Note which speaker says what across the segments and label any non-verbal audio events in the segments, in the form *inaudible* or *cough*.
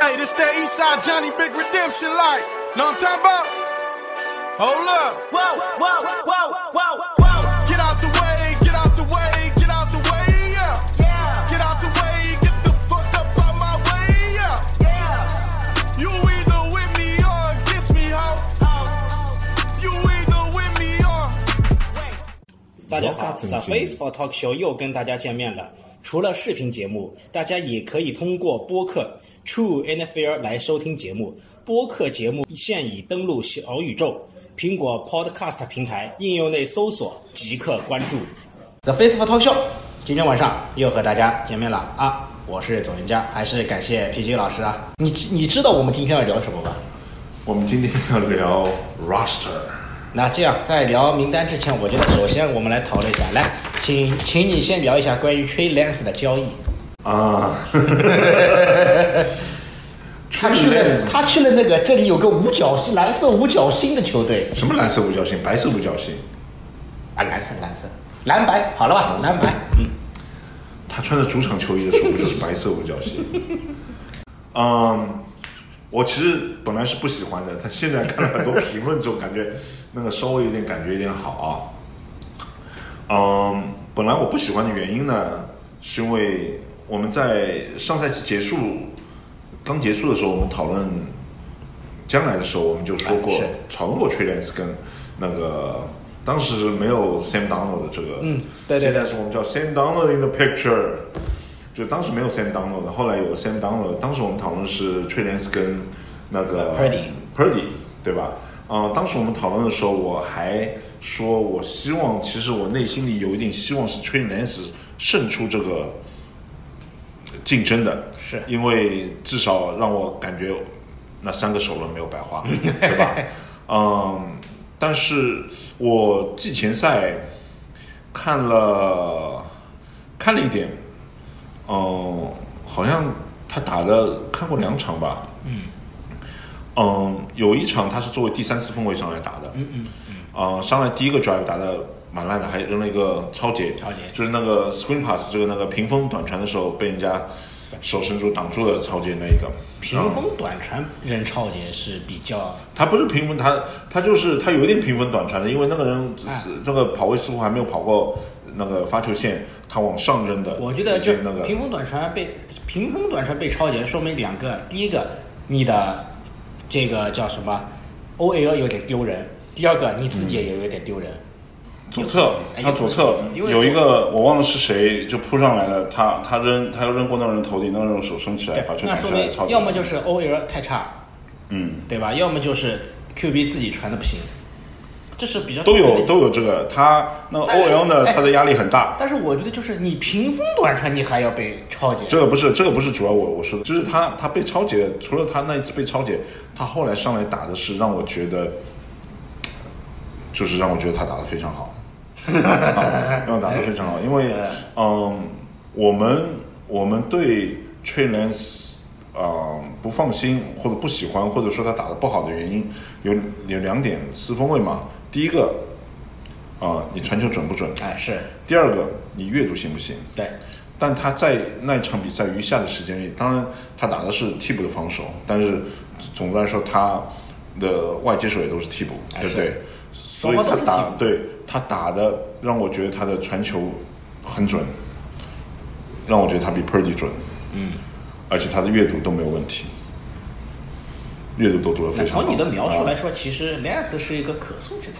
Speaker 1: Hey, this that Eastside Johnny Big Redemption like. Know what I'm talking about? Hold up. Whoa, whoa, whoa, whoa, whoa. Get out the way, get out the way, get out the way, yeah. Yeah. Get out the way, get the fuck up out my way, yeah. Yeah. You either with me or against me, ho. You either with me or
Speaker 2: 大家好，Surface for Talk Show 又跟大家见面了。除了视频节目，大家也可以通过播客 True NFL 来收听节目。播客节目现已登录小宇宙、苹果 Podcast 平台应用内搜索即刻关注。Surface for Talk Show，今天晚上又和大家见面了啊！我是总赢家，还是感谢 PG 老师啊！你你知道我们今天要聊什么吧？
Speaker 3: 我们今天要聊 roster，
Speaker 2: 那这样，在聊名单之前，我觉得首先我们来讨论一下，来，请请你先聊一下关于 Trey Lance 的交易。
Speaker 3: 啊，
Speaker 2: 他去了，他去了那个这里有个五角星蓝色五角星的球队
Speaker 3: 什么蓝色五角星、白色五角星，
Speaker 2: 啊，蓝色蓝色蓝白，好了吧，蓝白，嗯，
Speaker 3: 他穿着主场球衣的时候不就是白色五角
Speaker 2: *laughs*
Speaker 3: 星？嗯，我其实本来是不喜欢的，但现在看了很多评论之后，感觉那个稍微有点感觉有点好啊。嗯，本来我不喜欢的原因呢，是因为我们在上赛季结束刚结束的时候，我们讨论将来的时候，我们就说过
Speaker 2: 哎是
Speaker 3: 讨论过 t r a d e 跟那个。当时是没有 Sam Donald 的这个，
Speaker 2: 嗯对对对
Speaker 3: 现在是我们叫 Sam Donald in the picture，就当时没有 Sam Donald 的，后来有了 Sam Donald。当时我们讨论是 t r a d e 跟那个
Speaker 2: Purdy
Speaker 3: Purdy 对吧？呃，当时我们讨论的时候，我还说我希望，其实我内心里有一点希望是 t r a d e 胜出这个竞争的，
Speaker 2: 是
Speaker 3: 因为至少让我感觉那三个首轮没有白 *laughs* 花，对吧？嗯，但是我季前赛看了看了一点，嗯，好像他打的看过两场吧，嗯，嗯，有一场他是作为第三次锋卫上来打的，嗯嗯，呃，上来第一个 drive 打的蛮烂的，还扔了一个超解，
Speaker 2: 超解
Speaker 3: 就是那个 screen pass 这个那个屏风短传的时候被人家手伸出挡住的超解那一个，
Speaker 2: 屏风短传任超杰是比较
Speaker 3: 他不是平分，他他就是他有一点平分短传的，因为那个人只
Speaker 2: 啊
Speaker 3: 是、那个跑位似乎还没有跑过那个发球线，他往上扔的，
Speaker 2: 我觉得就
Speaker 3: 有些那个
Speaker 2: 屏风短传被屏风短传被超前，说明两个：第一个，你的这个叫什么 OL 有点丢人；第二个，你自己也有点丢人。
Speaker 3: 左侧，
Speaker 2: 哎
Speaker 3: 他左侧
Speaker 2: 因为
Speaker 3: 有一个我忘了是谁就扑上来了，他他扔他又扔过那个人头顶，那个人手伸起来
Speaker 2: 对
Speaker 3: 把，球
Speaker 2: 那
Speaker 3: 挡
Speaker 2: 说
Speaker 3: 下来，
Speaker 2: 明
Speaker 3: 超级
Speaker 2: 要么就是 OL 太差，
Speaker 3: 嗯
Speaker 2: 对吧？要么就是 QB 自己传的不行，这是比较
Speaker 3: 都
Speaker 2: 对
Speaker 3: 有
Speaker 2: 的
Speaker 3: 都有这个，他那个
Speaker 2: 但是
Speaker 3: OL 呢
Speaker 2: 哎
Speaker 3: 他的压力很大，
Speaker 2: 但是我觉得就是你屏风短传，你还要被超前。
Speaker 3: 这个不是，这个不是主要我我说的，就是他他被超解了，除了他那一次被超解，他后来上来打的是让我觉得，就是让我觉得他打得非常好，啊让我打得非常好，因为嗯，我们我们对 t r a y l a n c e 啊不放心或者不喜欢或者说他打得不好的原因有有两点四分位嘛，第一个啊、你传球准不准，
Speaker 2: 哎，是
Speaker 3: 第二个你阅读行不行。
Speaker 2: 对，
Speaker 3: 但他在那一场比赛余下的时间里，当然他打的是替补的防守，但是总的来说他的外接手也都是替补，
Speaker 2: 哎
Speaker 3: 对不对
Speaker 2: 是？
Speaker 3: 所以
Speaker 2: 双
Speaker 3: 他
Speaker 2: 方都是替
Speaker 3: 打
Speaker 2: 补
Speaker 3: 对他打的让我觉得他的传球很准，让我觉得他比 Purdy 准，嗯，而且他的阅读都没有问题，阅读都读得
Speaker 2: 那
Speaker 3: 非常好。
Speaker 2: 从你的描述
Speaker 3: 啊
Speaker 2: 来说，其实莱尔兹是一个可塑之才。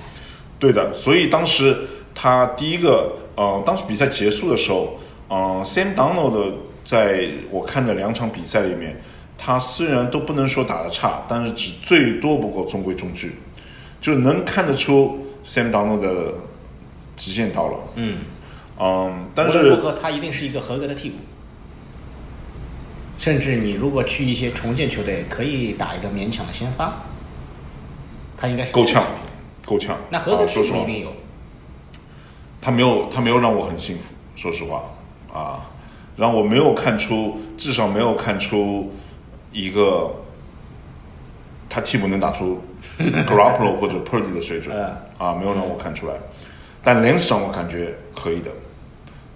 Speaker 3: 对的，所以当时他第一个，呃，当时比赛结束的时候，呃，Sam Donald 在我看的两场比赛里面，他虽然都不能说打得差，但是只最多不过中规中矩，就能看得出 Sam Donald 的极限到了。嗯，嗯，但
Speaker 2: 无论
Speaker 3: 是
Speaker 2: 如何，他一定是一个合格的替补。甚至你如果去一些重建球队，可以打一个勉强的先发，他应该是
Speaker 3: 够呛，够呛。
Speaker 2: 那合格
Speaker 3: 啊
Speaker 2: 替
Speaker 3: 说实
Speaker 2: 补
Speaker 3: 话
Speaker 2: 一，定有，
Speaker 3: 他没有他没有让我很幸福，说实话啊，让我没有看出，至少没有看出一个他替补能打出 Garoppolo 或者 Purdy 的水准
Speaker 2: 嗯
Speaker 3: 啊，没有让我看出来。但联上我感觉可以的，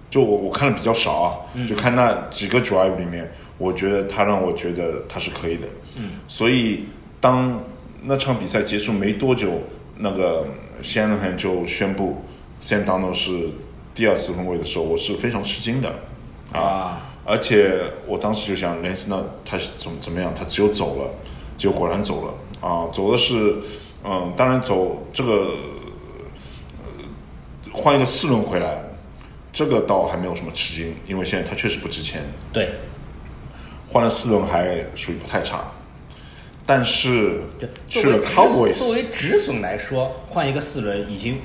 Speaker 3: 就我我看的比较少啊，就看那几个 drive 里面，我觉得他让我觉得他是可以的。嗯，所以当那场比赛结束没多久，那个 Shanahan 就宣布 Sam Donald 是第二次分位的时候，我是非常吃惊的啊！而且我当时就想 l a n c e 那他是怎么怎么样？他只有走了，结果果然走了啊！走的是，嗯，当然走这个呃换一个四轮回来，这个倒还没有什么吃惊，因为现在他确实不值钱。
Speaker 2: 对，
Speaker 3: 换了四轮还属于不太差，但是
Speaker 2: 对，
Speaker 3: 去
Speaker 2: 作
Speaker 3: 了
Speaker 2: 为止作
Speaker 3: Cowboys
Speaker 2: 为止损来说，换一个四轮已经，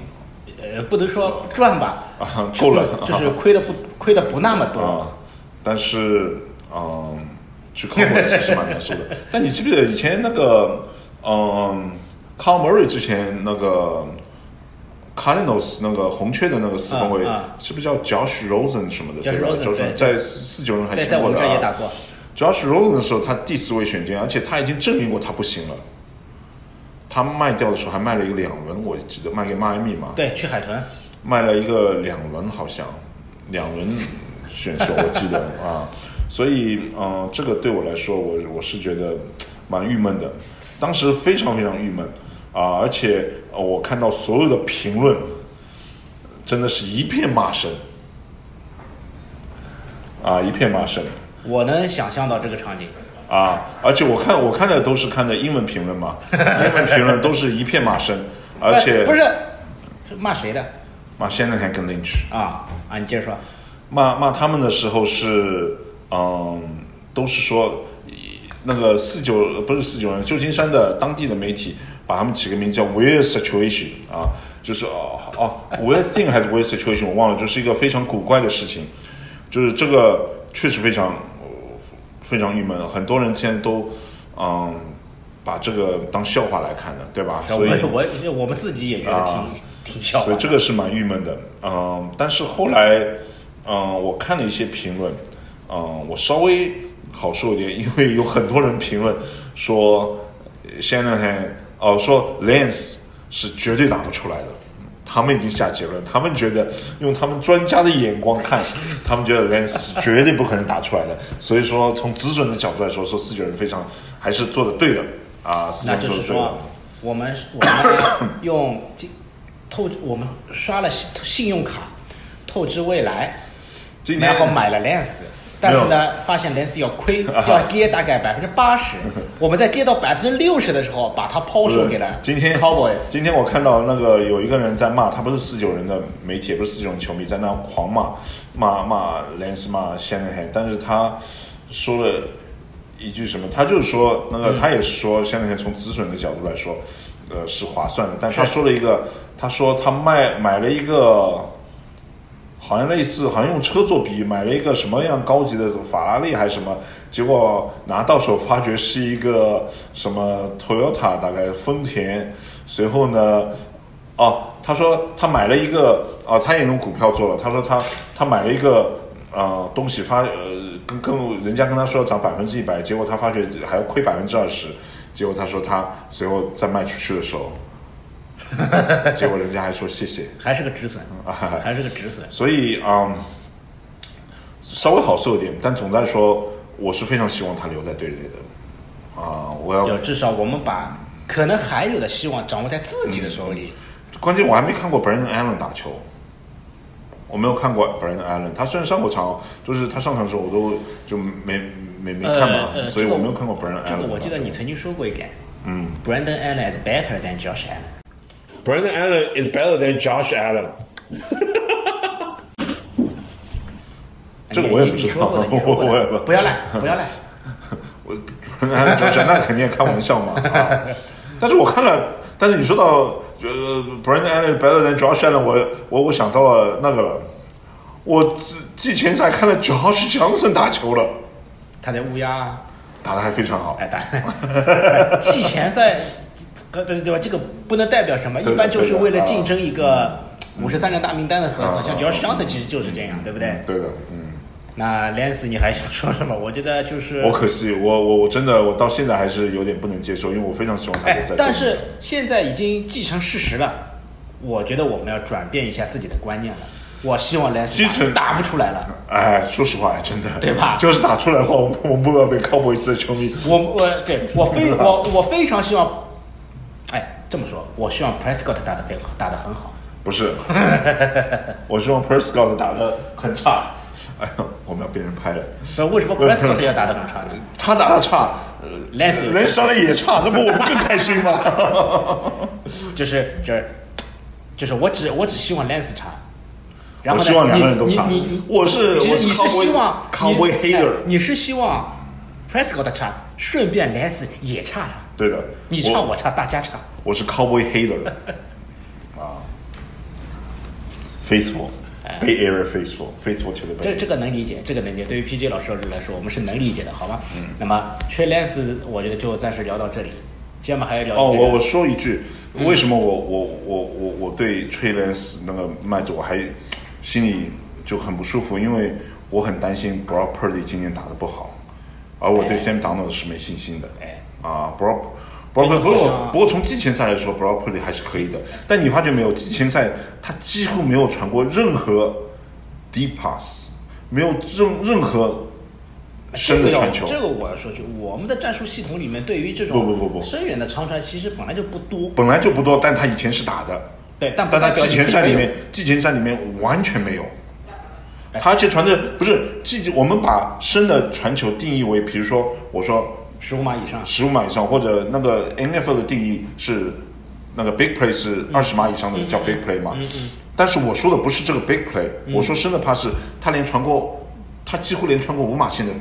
Speaker 2: 呃，不能说赚吧，
Speaker 3: 啊够了
Speaker 2: 就是亏的不亏的不那么多。
Speaker 3: 啊，但是嗯，去 Cowboys 是蛮难受的。但你记不记得以前那个嗯 c a r Murray 之前那个 Cardinals 那个红雀的那个四分卫、
Speaker 2: 啊啊
Speaker 3: 是不是叫 Josh Rosen 什么的
Speaker 2: Josh
Speaker 3: 对吧
Speaker 2: Rosen，
Speaker 3: ？Josh
Speaker 2: 对
Speaker 3: Rosen 在四九人还
Speaker 2: 对，
Speaker 3: 签
Speaker 2: 在我
Speaker 3: 过
Speaker 2: 们
Speaker 3: 的
Speaker 2: 这儿也打
Speaker 3: 啊。
Speaker 2: 过，
Speaker 3: Josh Rosen 的时候，他第四位选进，而且他已经证明过他不行了。他卖掉的时候还卖了一个两轮，我记得卖给迈阿密嘛，
Speaker 2: 对，去海豚，
Speaker 3: 卖了一个两轮，好像两轮选秀，我记得啊。所以，嗯、这个对我来说，我我是觉得蛮郁闷的，当时非常非常郁闷啊、而且、呃我看到所有的评论，真的是一片骂声啊，一片骂声。
Speaker 2: 我能想象到这个场景。
Speaker 3: 啊！而且我看我看的都是看的英文评
Speaker 2: *laughs*
Speaker 3: 论嘛，英文评论都是一片骂声，而且
Speaker 2: 呃不是是骂谁的
Speaker 3: 骂 Shanahan 跟 Lynch，
Speaker 2: 啊啊？你接着说，
Speaker 3: 骂骂他们的时候是嗯，都是说那个四九不是四九人，旧金山的当地的媒体把他们起个名叫 Weird Situation 啊，就是哦哦 Weird Thing 还是 Weird Situation 我忘了，就是一个非常古怪的事情，就是这个确实非常非常郁闷，很多人现在都嗯把这个当笑话来看的，对吧？所以
Speaker 2: 我我我们自己也觉得挺、
Speaker 3: 啊
Speaker 2: 挺笑
Speaker 3: 所
Speaker 2: 话
Speaker 3: 以。这个是蛮郁闷的。嗯，但是后来，嗯，我看了一些评论，嗯，我稍微好受一点，因为有很多人评论说呃 Shanahan 哦、说 Lance 是绝对打不出来的。他们已经下结论，他们觉得用他们专家的眼
Speaker 2: *laughs*
Speaker 3: 光看，他们觉得 Lance 是绝对不可能打出来的。所以说，从止损的角度来说，说四九人非常还是做的对的啊，四九
Speaker 2: 那
Speaker 3: 人
Speaker 2: 就
Speaker 3: 做
Speaker 2: 是
Speaker 3: 的对的
Speaker 2: 说。，我们我
Speaker 3: *coughs*
Speaker 2: 们用金透，我们刷了信信用卡，透支未来，
Speaker 3: 今天
Speaker 2: 然后买了 Lens，但是呢，发现 Lens 要亏， *laughs* 要跌大概百分之八
Speaker 3: *laughs*
Speaker 2: 十。我们在跌到百分之六十的时候，把它抛售给了
Speaker 3: 今天
Speaker 2: Cowboys。
Speaker 3: 今天我看到那个有一个人在骂，他不是四九人的媒体，也不是四九人球迷，在那狂骂骂骂 Lance 骂 Shanahan，但是他说了一句什么？他就是说那个、他也是说 Shanahan 从止损的角度来说，呃是划算的，但他
Speaker 2: 是
Speaker 3: 说了一个，他说他卖买了一个。好像类似，好像用车做比喻，买了一个什么样高级的法拉利还是什么，结果拿到手发觉是一个什么 Toyota，大概丰田。随后呢，哦，他说他买了一个，哦，他也用股票做了。他说他他买了一个呃东西发，呃，跟跟人家跟他说要涨百分之一百，结果他发觉还要亏百分之二十。结果他说他随后再卖出去的时候，结果人家还说谢谢。
Speaker 2: 还是个止损，
Speaker 3: 啊
Speaker 2: 还是个止损。
Speaker 3: 所以嗯，稍微好受一点，但总的来说，我是非常希望他留在队内的。啊、我要
Speaker 2: 就至少我们把可能还有的希望掌握在自己的手里。
Speaker 3: 关键我还没看过 Brandon Allen 打球，我没有看过 Brandon Allen。他虽然上过场，就是他上场的时候我都就没没没嗯看嘛，
Speaker 2: 呃呃
Speaker 3: 所以
Speaker 2: 这个
Speaker 3: 我没有看过 Brandon Allen 啊打球。
Speaker 2: 这个我记得你曾经说过一点。嗯，Brandon Allen is better than Josh Allen。
Speaker 1: Brandon Allen is better than Josh Allen。
Speaker 3: 这个我也
Speaker 2: 你
Speaker 3: 不
Speaker 2: 你
Speaker 3: 知
Speaker 2: 你
Speaker 3: 道
Speaker 2: 说过的，你说过
Speaker 3: *laughs* 我我也
Speaker 2: 的
Speaker 3: 不
Speaker 2: 不要赖，不要赖。
Speaker 3: 我 Brandon Allen 就是那肯定也开玩笑嘛啊！但是我看了，但是你说到呃 Brandon Allen better than Josh Allen，我我我想到了那个了，我季季前赛看了 Josh Johnson 打球了，
Speaker 2: 他在乌鸦啊，
Speaker 3: 打得还非常好。
Speaker 2: 哎，打
Speaker 3: *laughs*
Speaker 2: 季前赛，呃对对吧？这个不能代表什么，
Speaker 3: 对
Speaker 2: 一
Speaker 3: 的
Speaker 2: 般就是为了
Speaker 3: 对的
Speaker 2: 竞争一个五十三人大名单的合同，
Speaker 3: 嗯
Speaker 2: 像
Speaker 3: 嗯
Speaker 2: Josh Johnson 其实就是这样，对不对？
Speaker 3: 对的，嗯。
Speaker 2: 那 Lance 你还想说什么？我觉得就是
Speaker 3: 我可惜，我我我真的我到现在还是有点不能接受，因为我非常希望他
Speaker 2: 哎
Speaker 3: 留在队里。，
Speaker 2: 但是现在已经既成事实了，我觉得我们要转变一下自己的观念了。我希望莱斯
Speaker 3: 基层
Speaker 2: 打不出来了。
Speaker 3: 哎，说实话，真的，
Speaker 2: 对吧
Speaker 3: 就是打出来的话，我们我们不要被 Cowboys 的球迷
Speaker 2: 我我对我非我我非常希望，哎，这么说，我希望 Prescott 打得非打得很好。
Speaker 3: 不是， *laughs* 我希望 Perscott 打的很差。哎呦，我们要被人拍了。
Speaker 2: 那为什
Speaker 3: *laughs*
Speaker 2: 么 Prescott 要打得很差呢？
Speaker 3: 他打的差，呃
Speaker 2: Lance 也
Speaker 3: 人伤的也差，那不我们更开心吗？
Speaker 2: *laughs* 就是就是就是我只我只希望 Lance 差，然
Speaker 3: 我
Speaker 2: 后呢
Speaker 3: 希望两个人都
Speaker 2: 你
Speaker 3: 差
Speaker 2: 你你。
Speaker 3: 我是
Speaker 2: 你
Speaker 3: 我
Speaker 2: 是你是
Speaker 3: Cowboy
Speaker 2: 希望
Speaker 3: Cowboy
Speaker 2: 你
Speaker 3: hater
Speaker 2: 哎你是希望 Prescott 差，顺便 Lance 也差差，
Speaker 3: 对的，
Speaker 2: 你差我差大家差。
Speaker 3: 我是 Cowboy
Speaker 2: *laughs*
Speaker 3: hater 啊，faithful
Speaker 2: 哎
Speaker 3: Bay Area faithful faithful to the
Speaker 2: 这
Speaker 3: Bay，
Speaker 2: 这个能理解，这个能理解。对于 PG 老师来说，我们是能理解的，好吗？嗯。那么缺 Lance，我觉得就暂时聊到这里。要么还要聊
Speaker 3: 哦，
Speaker 2: 一个
Speaker 3: 我
Speaker 2: 人
Speaker 3: 我说一句，
Speaker 2: 嗯
Speaker 3: 为什么我我我我我对 Trey Lance 那个麦子我还心里就很不舒服，因为我很担心 Brock Purdy 今年打得不好，而我对 Sam Donald 是没信心的。
Speaker 2: 哎
Speaker 3: 啊，Brock
Speaker 2: 这
Speaker 3: Brock
Speaker 2: 个好
Speaker 3: 不过
Speaker 2: 像
Speaker 3: 不过从季前赛来说，Brock Purdy 还是可以的，但你发觉没有，季前赛他几乎没有传过任何 deep pass，没有任任何
Speaker 2: 这
Speaker 3: 深
Speaker 2: 个
Speaker 3: 的
Speaker 2: 要
Speaker 3: 传球。
Speaker 2: 哎这个我要说句，我们的战术系统里面对于这
Speaker 3: 不不不
Speaker 2: 种
Speaker 3: 不
Speaker 2: 深远的长传其实本来就不多，
Speaker 3: 本来就不多，但他以前是打的。
Speaker 2: 对，但不
Speaker 3: 但他
Speaker 2: 代表
Speaker 3: 季
Speaker 2: 你
Speaker 3: 前赛
Speaker 2: 没
Speaker 3: 里
Speaker 2: 有
Speaker 3: 面，季前赛里面完全没有。他而且传的不是季，我们把深的传球定义为，比如说我说
Speaker 2: 十五码以上，
Speaker 3: 十五码以上，或者那个 NFL 的定义是那个 big play 是二十码以上的叫 big play 嘛。但是我说的不是这个 big play，我说深的 pass 是他连传过，他几乎连传过五码线的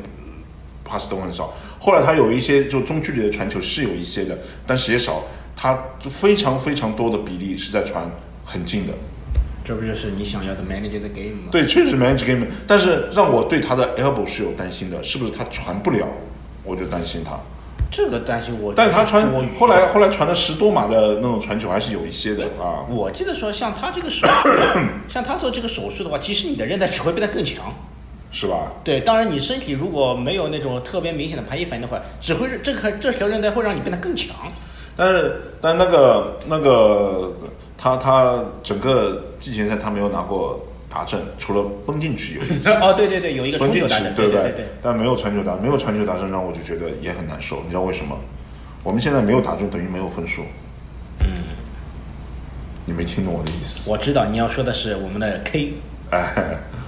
Speaker 3: pass 都很少。后来他有一些就中距离的传球是有一些的，但是也少。他非常非常多的比例是在传很近的。
Speaker 2: 这不就是你想要的 manager 的 game 吗？
Speaker 3: 对，确实 manage game，但是让我对他的 elbow 是有担心的，是不是他传不了，我就担心他。
Speaker 2: 这个担心我，
Speaker 3: 但是他传
Speaker 2: 我余
Speaker 3: 后来后来传了十多码的那种传球还是有一些的啊。
Speaker 2: 我记得说，像他这个手术，像他做这个手术的话，其实你的韧带只会变得更强。
Speaker 3: 是吧？
Speaker 2: 对，当然你身体如果没有那种特别明显的排异反应的话，只会是这个这条韧带会让你变得更
Speaker 3: *laughs*
Speaker 2: 强。
Speaker 3: 但是但那个那个他他整个季前赛他没有拿过达阵，除了崩进去有一次。
Speaker 2: 哦，对对对，有一个
Speaker 3: 崩
Speaker 2: 冲
Speaker 3: 进
Speaker 2: 球
Speaker 3: 去
Speaker 2: 达阵，，
Speaker 3: 不
Speaker 2: 对对对。
Speaker 3: 但没有传球达，没有传球达阵，让我就觉得也很难受。你知道为什么？我们现在没有达阵，等于没有分数。嗯，你没听懂我的意思？
Speaker 2: 我知道你要说的是我们的 K，
Speaker 3: 哎，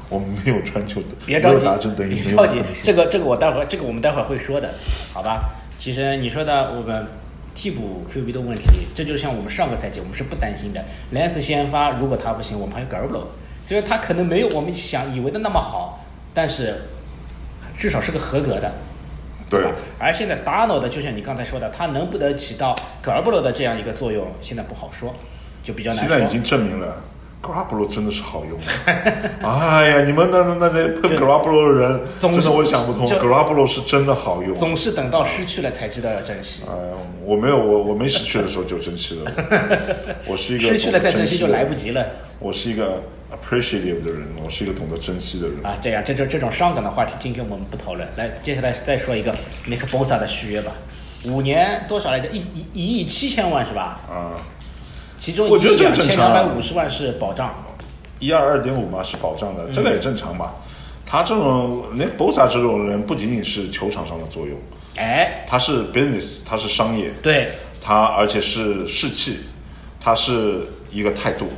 Speaker 3: 我们没有传球，
Speaker 2: 别着急
Speaker 3: 没有达阵等，于没
Speaker 2: 别
Speaker 3: 有
Speaker 2: 着
Speaker 3: 分
Speaker 2: 急
Speaker 3: 数。，
Speaker 2: 这个这个我待会儿这个我们待会儿会说的，好吧？其实你说的我们替补 QB 的问题，这就像我们上个赛季我们是不担心的。莱斯先发，如果他不行，我们还有 Garoppolo，虽然他可能没有我们想以为的那么好，但是至少是个合格的。
Speaker 3: 对
Speaker 2: 吧，而现在 d a n o 的，就像你刚才说的，他能不能起到 Garoppolo 的这样一个作用，现在不好说，就 *laughs* 比较难
Speaker 3: 现
Speaker 2: 说。
Speaker 3: 在已经证明 *laughs* 了 g r a p p l o 真的是好用
Speaker 2: *laughs*
Speaker 3: 的。哎呀，你们那那那那喷 g r a p p l o 的人，
Speaker 2: 总
Speaker 3: 真
Speaker 2: 是
Speaker 3: 的我想不通 g
Speaker 2: 就
Speaker 3: r a p p l o 是真的好用。
Speaker 2: 总是等到失去了才知道要珍惜，
Speaker 3: 哎呀，我没有，我我没失去的时候就珍
Speaker 2: *laughs*
Speaker 3: 惜了。我是一个
Speaker 2: 失去了再珍惜就来不
Speaker 3: 及。
Speaker 2: 及了
Speaker 3: 我是一个 appreciative 的人，我是一个懂得珍惜的人。
Speaker 2: 啊！这样，这就这种伤感的话题，今天我们不讨论。来，接下来再说一个 Nick Bosa 的续约吧，五年多少来着？一一一亿七千万是吧？
Speaker 3: 啊，
Speaker 2: 其中
Speaker 3: 我
Speaker 2: 一
Speaker 3: 觉得
Speaker 2: 亿
Speaker 3: 这
Speaker 2: 两
Speaker 3: 个正
Speaker 2: 千
Speaker 3: 常
Speaker 2: 两百
Speaker 3: 啊
Speaker 2: 五十万是保障，
Speaker 3: 一二二点五嘛是保障
Speaker 2: 嗯
Speaker 3: 的，这个也正常吧。他这种连 Bosa 这种人，不仅仅是球场上的作用，
Speaker 2: 哎，
Speaker 3: 他是 business，他是商业。
Speaker 2: 对，
Speaker 3: 他而且是士气，他是一个态度。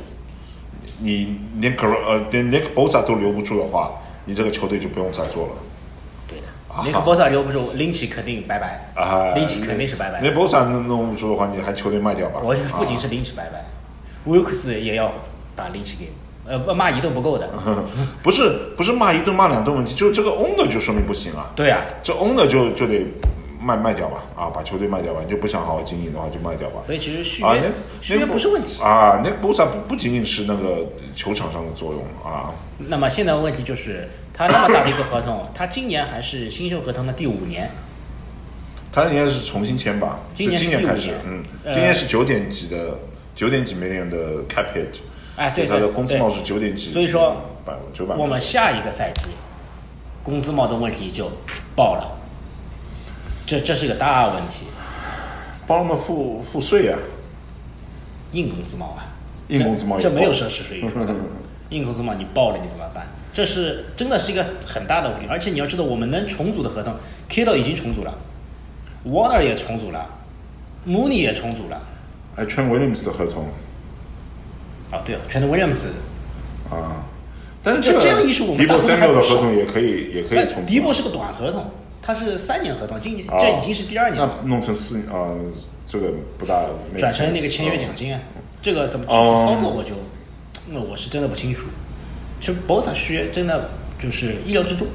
Speaker 3: 你连 g 呃连 Nick Bosa 都留不住的话，你这个球队就不用再做了。
Speaker 2: 对的。
Speaker 3: 啊
Speaker 2: Nick Bosa 留不住，林奇肯定拜拜，
Speaker 3: 啊、
Speaker 2: 林奇肯定是拜拜。
Speaker 3: Nick Bosa 弄弄不住的话，你还球队卖掉吧？
Speaker 2: 我不仅是
Speaker 3: 啊
Speaker 2: 林奇拜拜，Wilkes 也要把林奇给，呃，骂一顿不够
Speaker 3: 嗯
Speaker 2: 的。
Speaker 3: 啊不是不是骂一顿骂两顿问题，就是这个 owner 就说明不行啊，
Speaker 2: 对啊，
Speaker 3: 这 owner 就就得卖卖掉吧，啊，把球队卖掉吧，你就不想好好经营的话就卖掉吧。
Speaker 2: 所以其实续
Speaker 3: 啊，
Speaker 2: 约
Speaker 3: 那
Speaker 2: 续约不是问题。
Speaker 3: 啊，那 Bosa 不不仅仅是那个球场上的作用啊，
Speaker 2: 那么现在问题就是，他那么大的一个合同， *coughs* 他今年还是新秀合同的第五年，
Speaker 3: 他应该是重新签吧，
Speaker 2: 今年
Speaker 3: 就是今
Speaker 2: 第
Speaker 3: 年
Speaker 2: 五
Speaker 3: 开始
Speaker 2: 年，
Speaker 3: 嗯，
Speaker 2: 呃
Speaker 3: 今年是九点几的，九点几 million 的 cap hit，
Speaker 2: 哎对
Speaker 3: 他
Speaker 2: 对
Speaker 3: 的工资
Speaker 2: 对
Speaker 3: 帽是九点几，
Speaker 2: 所以说
Speaker 3: 百九百，
Speaker 2: 我们下一个赛季工资帽的问题就爆了，这这是个大问题，
Speaker 3: 帮他们付付税啊，
Speaker 2: 硬工资帽啊，
Speaker 3: 硬工资帽
Speaker 2: 这这
Speaker 3: 也爆 *laughs*
Speaker 2: 嗯没有奢侈税，硬合同嘛，你爆了你怎么办？这是真的是一个很大的问题，而且你要知道，我们能重组的合同 k i d d 已经重组了，Warner 也重组了，Mooney 也重组了，
Speaker 3: 哎，Trent Williams 的合同
Speaker 2: 啊，对了 t r e n Williams，
Speaker 3: 啊，但是
Speaker 2: 这
Speaker 3: 个
Speaker 2: 这样一说我们
Speaker 3: 迪
Speaker 2: 大
Speaker 3: 布
Speaker 2: 部
Speaker 3: 森
Speaker 2: 分还
Speaker 3: 缪的
Speaker 2: 不
Speaker 3: 合
Speaker 2: 熟
Speaker 3: 同也可以也可以
Speaker 2: 那
Speaker 3: 重复
Speaker 2: 迪布
Speaker 3: 啊
Speaker 2: 是个短合同，他是三年合同，今年
Speaker 3: 哦
Speaker 2: 这已经是第二年了，
Speaker 3: 那弄成四呃，这个不大没
Speaker 2: 转成那个
Speaker 3: sense，
Speaker 2: 签约
Speaker 3: 嗯
Speaker 2: 奖金啊，这个怎么具
Speaker 3: 哦
Speaker 2: 体操作我就，那我是真的不清楚。是 b o s 续约真的就是意料之中，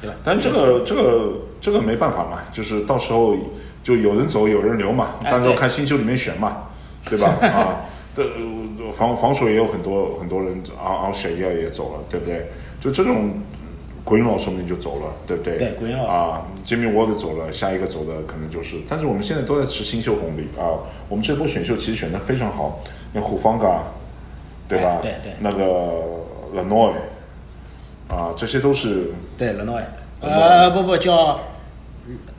Speaker 2: 对吧？
Speaker 3: 但这个这个这个没办法嘛，就是到时候就有人走有人留嘛，
Speaker 2: 哎
Speaker 3: 到时候
Speaker 2: 对
Speaker 3: 看新秀里面选嘛，对
Speaker 2: *laughs*
Speaker 3: 吧？啊，对，呃防防守也有很多很多人昂昂谁要也走了，对不对？就这种。鬼佬说不定就走了，对不对？
Speaker 2: 对，Greenlaw
Speaker 3: 啊，杰米沃德走了，下一个走的可能就是，但是我们现在都在吃新秀红利啊。我们这波选秀其实选的非常好，那虎方嘎，对吧？
Speaker 2: 哎对对
Speaker 3: 那个 l a n o i 啊，这些都是
Speaker 2: 对，伦诺埃，呃，不不叫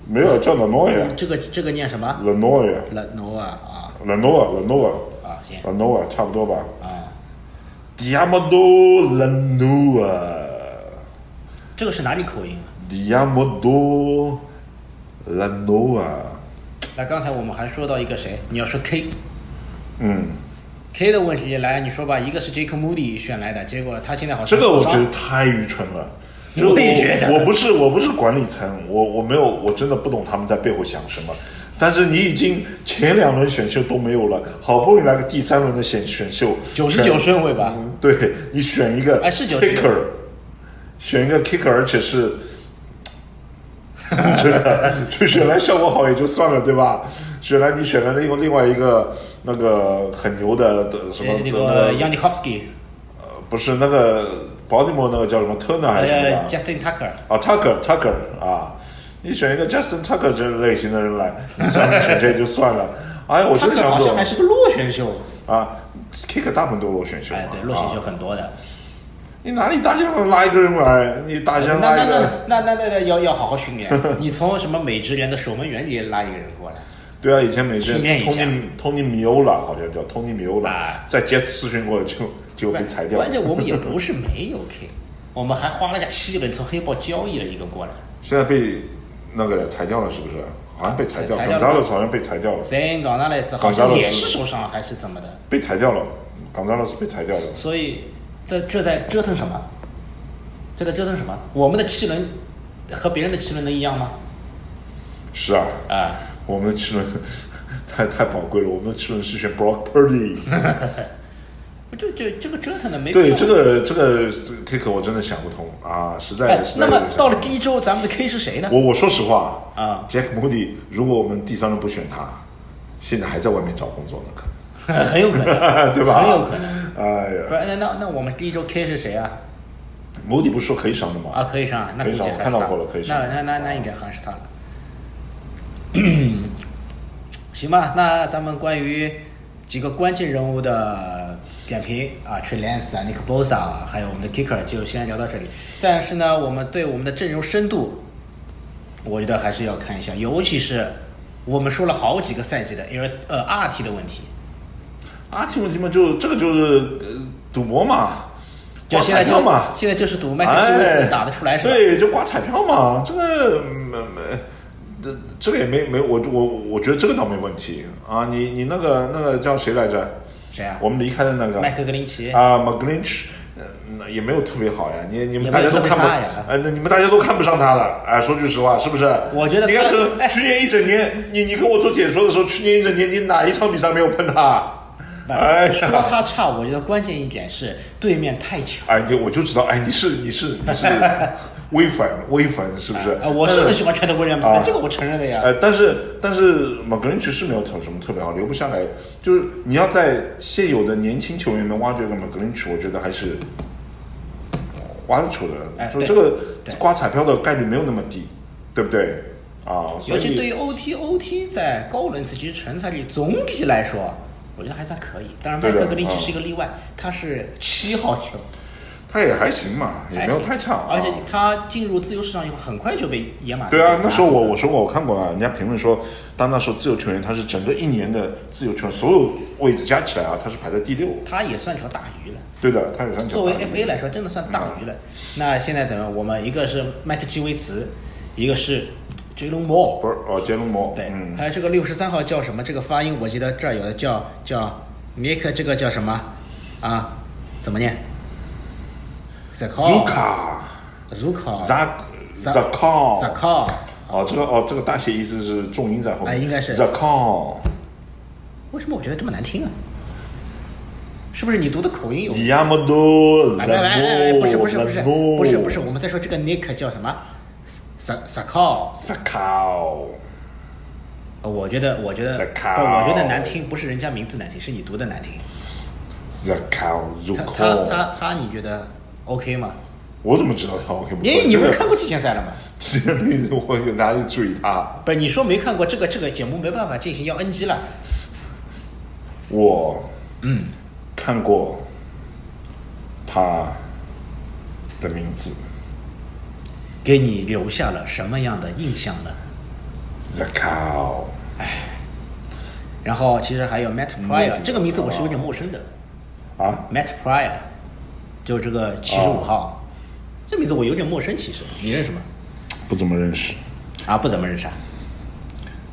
Speaker 3: 没有叫 l a n o i 啊。
Speaker 2: 这个这个念什么？
Speaker 3: Lenovo
Speaker 2: 伦诺埃啊
Speaker 3: Lenovo Lenovo
Speaker 2: 啊，行
Speaker 3: Lenovo 差不多吧
Speaker 2: 啊，
Speaker 3: ？Diamond Lenovo
Speaker 2: 这个是哪里口音啊？
Speaker 3: Diamond Lenovo
Speaker 2: 那刚才我们还说到一个谁？你要说 K。
Speaker 3: 嗯，
Speaker 2: K 的问题来，你说吧，一个是 Jake Moody 选来的，结果他现在好像
Speaker 3: 这个我
Speaker 2: 受
Speaker 3: 觉
Speaker 2: 伤
Speaker 3: 得太愚蠢了。这个
Speaker 2: 我也觉得
Speaker 3: 我不是我不是管理层，我我没有我真的不懂他们在背后想什么。但是你已经前两轮选秀都没有了，好不容易来个第三轮的选选秀，
Speaker 2: 九十九顺位
Speaker 3: 嗯
Speaker 2: 吧，
Speaker 3: 对你选一个
Speaker 2: 哎是
Speaker 3: kicker，、
Speaker 2: 九十九
Speaker 3: 选一个 kicker，而且是， *laughs* 真的就选来效果好也就算了，对吧？选来你选了另另外一个那个很牛的的什么
Speaker 2: 呃那
Speaker 3: 的
Speaker 2: 个 Yannikovsky，
Speaker 3: 不是那个 Baltimore 那个叫什么 Turner 还是什么的
Speaker 2: 呃，Justin Tucker，
Speaker 3: 啊 Tucker Tucker 啊，你选一个 Justin Tucker 这类型的人来，你算了选这也就算了。哎呀，我真的
Speaker 2: Tucker
Speaker 3: 想
Speaker 2: 好
Speaker 3: 不
Speaker 2: 像
Speaker 3: 懂
Speaker 2: 还是个落选秀，
Speaker 3: 啊，kicker 大部分都是落选秀嘛，
Speaker 2: 哎，对，落选秀
Speaker 3: 啊
Speaker 2: 很多的。
Speaker 3: 你哪里大象拉一个人来？你大
Speaker 2: 那
Speaker 3: 象拉
Speaker 2: 哎那
Speaker 3: 一个？
Speaker 2: 那那那那那要要好好训
Speaker 3: *laughs*
Speaker 2: 练。你从什么美职联的守门员里拉一个人过来，
Speaker 3: 对啊，以前美式
Speaker 2: 训练一下
Speaker 3: Tony Tony Miola 好像叫 Tony Miola，、
Speaker 2: 啊
Speaker 3: 在 Jets 试训过就就被裁掉了
Speaker 2: 关。键我们也不是没有
Speaker 3: *laughs*
Speaker 2: K，我们还花了个七个人从黑豹交易了一个过来
Speaker 3: 现在被那个裁掉了，是不是？好像被裁掉
Speaker 2: 裁掉了
Speaker 3: Gonzalez 好像被裁掉了，
Speaker 2: ，Zen g o n a l e s 好像
Speaker 3: Gonzalez
Speaker 2: 也是受伤还是怎么的，
Speaker 3: 被裁掉了，Gonzalez 被裁掉了。
Speaker 2: 所以这这在折腾什么？这在折腾什么？我们的七轮和别人的七轮能一样吗？
Speaker 3: 是啊，
Speaker 2: 啊、
Speaker 3: 我们的奇轮 *laughs* 太太宝贵了，我们的奇轮是选 Brock
Speaker 2: *laughs*
Speaker 3: Purdy。
Speaker 2: 这这这个折腾的没必
Speaker 3: 对
Speaker 2: 要
Speaker 3: 这个这个 kick 我真的想不通啊，实在
Speaker 2: 哎，
Speaker 3: 实
Speaker 2: 那
Speaker 3: 在有点
Speaker 2: 么
Speaker 3: 想不通
Speaker 2: 到了第一周，咱们的 K 是谁呢？
Speaker 3: *laughs* 我我说实话
Speaker 2: 啊
Speaker 3: ，Jack Moody，如果我们第三轮不选他，现在还在外面找工作呢，可
Speaker 2: *laughs* 很有可
Speaker 3: 能 *laughs*
Speaker 2: 能，
Speaker 3: 对吧？
Speaker 2: 很有可能。。
Speaker 3: 哎
Speaker 2: 不
Speaker 3: 呀
Speaker 2: 是，那那那我们第一周 K 是谁啊？
Speaker 3: ，Moody 不是说可以上的吗？
Speaker 2: 啊，可以上，那
Speaker 3: 可
Speaker 2: 估计
Speaker 3: 以上
Speaker 2: 还是
Speaker 3: 我看到
Speaker 2: 他
Speaker 3: 过了可以上
Speaker 2: 那那那那应该还是他了。 *clears throat* 行吧，那咱们关于几个关键人物的点评啊 t r e l a n c e 啊，Nick Bosa 啊，还有我们的 Kicker 就先聊到这里。但是呢，我们对我们的阵容深度，我觉得还是要看一下，尤其是我们说了好几个赛季的 Air 呃 RT 的问题，
Speaker 3: 啊，听不听嘛，就这个就是呃赌博嘛，
Speaker 2: 就
Speaker 3: 刮
Speaker 2: 现
Speaker 3: 彩
Speaker 2: 在
Speaker 3: 票
Speaker 2: 就
Speaker 3: 嘛，
Speaker 2: 现在就是赌麦克西文
Speaker 3: 哎
Speaker 2: 斯，打得出来是吧？
Speaker 3: 对，就刮彩票嘛，这个没没。这这个也没没我我我觉得这个倒没问题啊，你你那个那个叫谁来着？
Speaker 2: 谁啊？
Speaker 3: 我们离开的那个
Speaker 2: 麦克格林奇
Speaker 3: 啊 m c g l i n c h 那也没有特别好呀，你你
Speaker 2: 也
Speaker 3: 们
Speaker 2: 没有
Speaker 3: 大家都
Speaker 2: 特别
Speaker 3: 看不，
Speaker 2: 差呀
Speaker 3: 哎，那你们大家都看不上他了，哎，说句实话，是不是？
Speaker 2: 我觉得
Speaker 3: 你看
Speaker 2: 他
Speaker 3: 这
Speaker 2: 哎
Speaker 3: 去年一整年，你你跟我做解说的时候，去年一整年你哪一场比赛没有碰他？哎
Speaker 2: 哎，说
Speaker 3: 呀，
Speaker 2: 他差，我觉得关键一点是对面太强。
Speaker 3: 哎，你我就知道，哎，你是你是
Speaker 2: *laughs*
Speaker 3: 你是微粉微粉是不是
Speaker 2: 啊，？我是
Speaker 3: 但
Speaker 2: 很喜欢 t r e n
Speaker 3: 啊
Speaker 2: 这个我承认的呀。
Speaker 3: 呃，但是但是 m c g l i n c h 是没有投什么特别好，留不下来。就是你要在现有的年轻球员里面挖掘个 m c g l i n c h 我觉得还是挖得出的。
Speaker 2: 哎
Speaker 3: 说
Speaker 2: 对
Speaker 3: 这个
Speaker 2: 对
Speaker 3: 刮彩票的概率没有那么低，对不对？啊，所
Speaker 2: 尤其对
Speaker 3: 以
Speaker 2: 于 OT，OT 在高轮次其实成才率总体来说，我觉得还算可以。当然，
Speaker 3: 对
Speaker 2: 麦
Speaker 3: 的
Speaker 2: 克格林奇
Speaker 3: 嗯
Speaker 2: 是一个例外，他是七号球，
Speaker 3: 他也还行嘛，也没有太差、啊。
Speaker 2: 而且他进入自由市场以后，很快就被野马
Speaker 3: 对啊，那时候我
Speaker 2: 拿走了
Speaker 3: 我说过，我看过啊，人家评论说，当那时候自由球员他是整个一年的自由球员所有位置加起来啊，他是排在第六。
Speaker 2: 他也算条大鱼了。
Speaker 3: 对的，他有三条
Speaker 2: 作
Speaker 3: 大
Speaker 2: 为
Speaker 3: 鱼。
Speaker 2: FA 来说，真的算大
Speaker 3: 嗯
Speaker 2: 鱼了。那现在怎么样？我们一个是麦克基维茨，一个是 Jalen Moore，
Speaker 3: 不是哦，杰伦摩，
Speaker 2: 对，
Speaker 3: 嗯
Speaker 2: 还，有这个六十三号叫什么？这个发音我记得这儿有的叫叫 Nick，这个叫什么啊？怎么念
Speaker 3: 卢
Speaker 2: ？Zuka
Speaker 3: 卡
Speaker 2: Zuka
Speaker 3: ，Zak
Speaker 2: 哦 Zak-
Speaker 3: Zakon，
Speaker 2: Zuka
Speaker 3: 哦，这个哦，这个大写意思是重音在后面，
Speaker 2: 哎应该是
Speaker 3: Zakon，
Speaker 2: 为什么我觉得这么难听啊？是不是你读的口音有？
Speaker 3: 迪亚莫多，
Speaker 2: 哎哎哎哎哎，不是不是不是不是不是，
Speaker 3: Lambo
Speaker 2: 我们在说这个 Nick 叫什么？Zuka，
Speaker 3: ，Zakon，
Speaker 2: 呃我觉得我觉得
Speaker 3: Zuka
Speaker 2: 不，我觉得难听不是人家名字难听，是你读的难听。
Speaker 3: Zakon
Speaker 2: 他他
Speaker 3: Zakon，
Speaker 2: 他他，你觉得 OK 吗？
Speaker 3: 我怎么知道他？OK，
Speaker 2: 因为你不是看过季前赛了吗？
Speaker 3: 这个名字，我有哪里注意他？
Speaker 2: 不是你说没看过这个这个节目没办法进行要 NG 了，
Speaker 3: 我嗯看过他的名字
Speaker 2: 给你留下了什么样的印象呢？
Speaker 3: Zakon，
Speaker 2: 然后其实还有 Matt Pryor 这个名字我是有点陌生的
Speaker 3: 啊，
Speaker 2: ，Matt Pryor 就这个七十五
Speaker 3: 哦
Speaker 2: 号，这名字我有点陌生，其实你认识吗？
Speaker 3: 不怎么认识
Speaker 2: 啊，不怎么认识啊。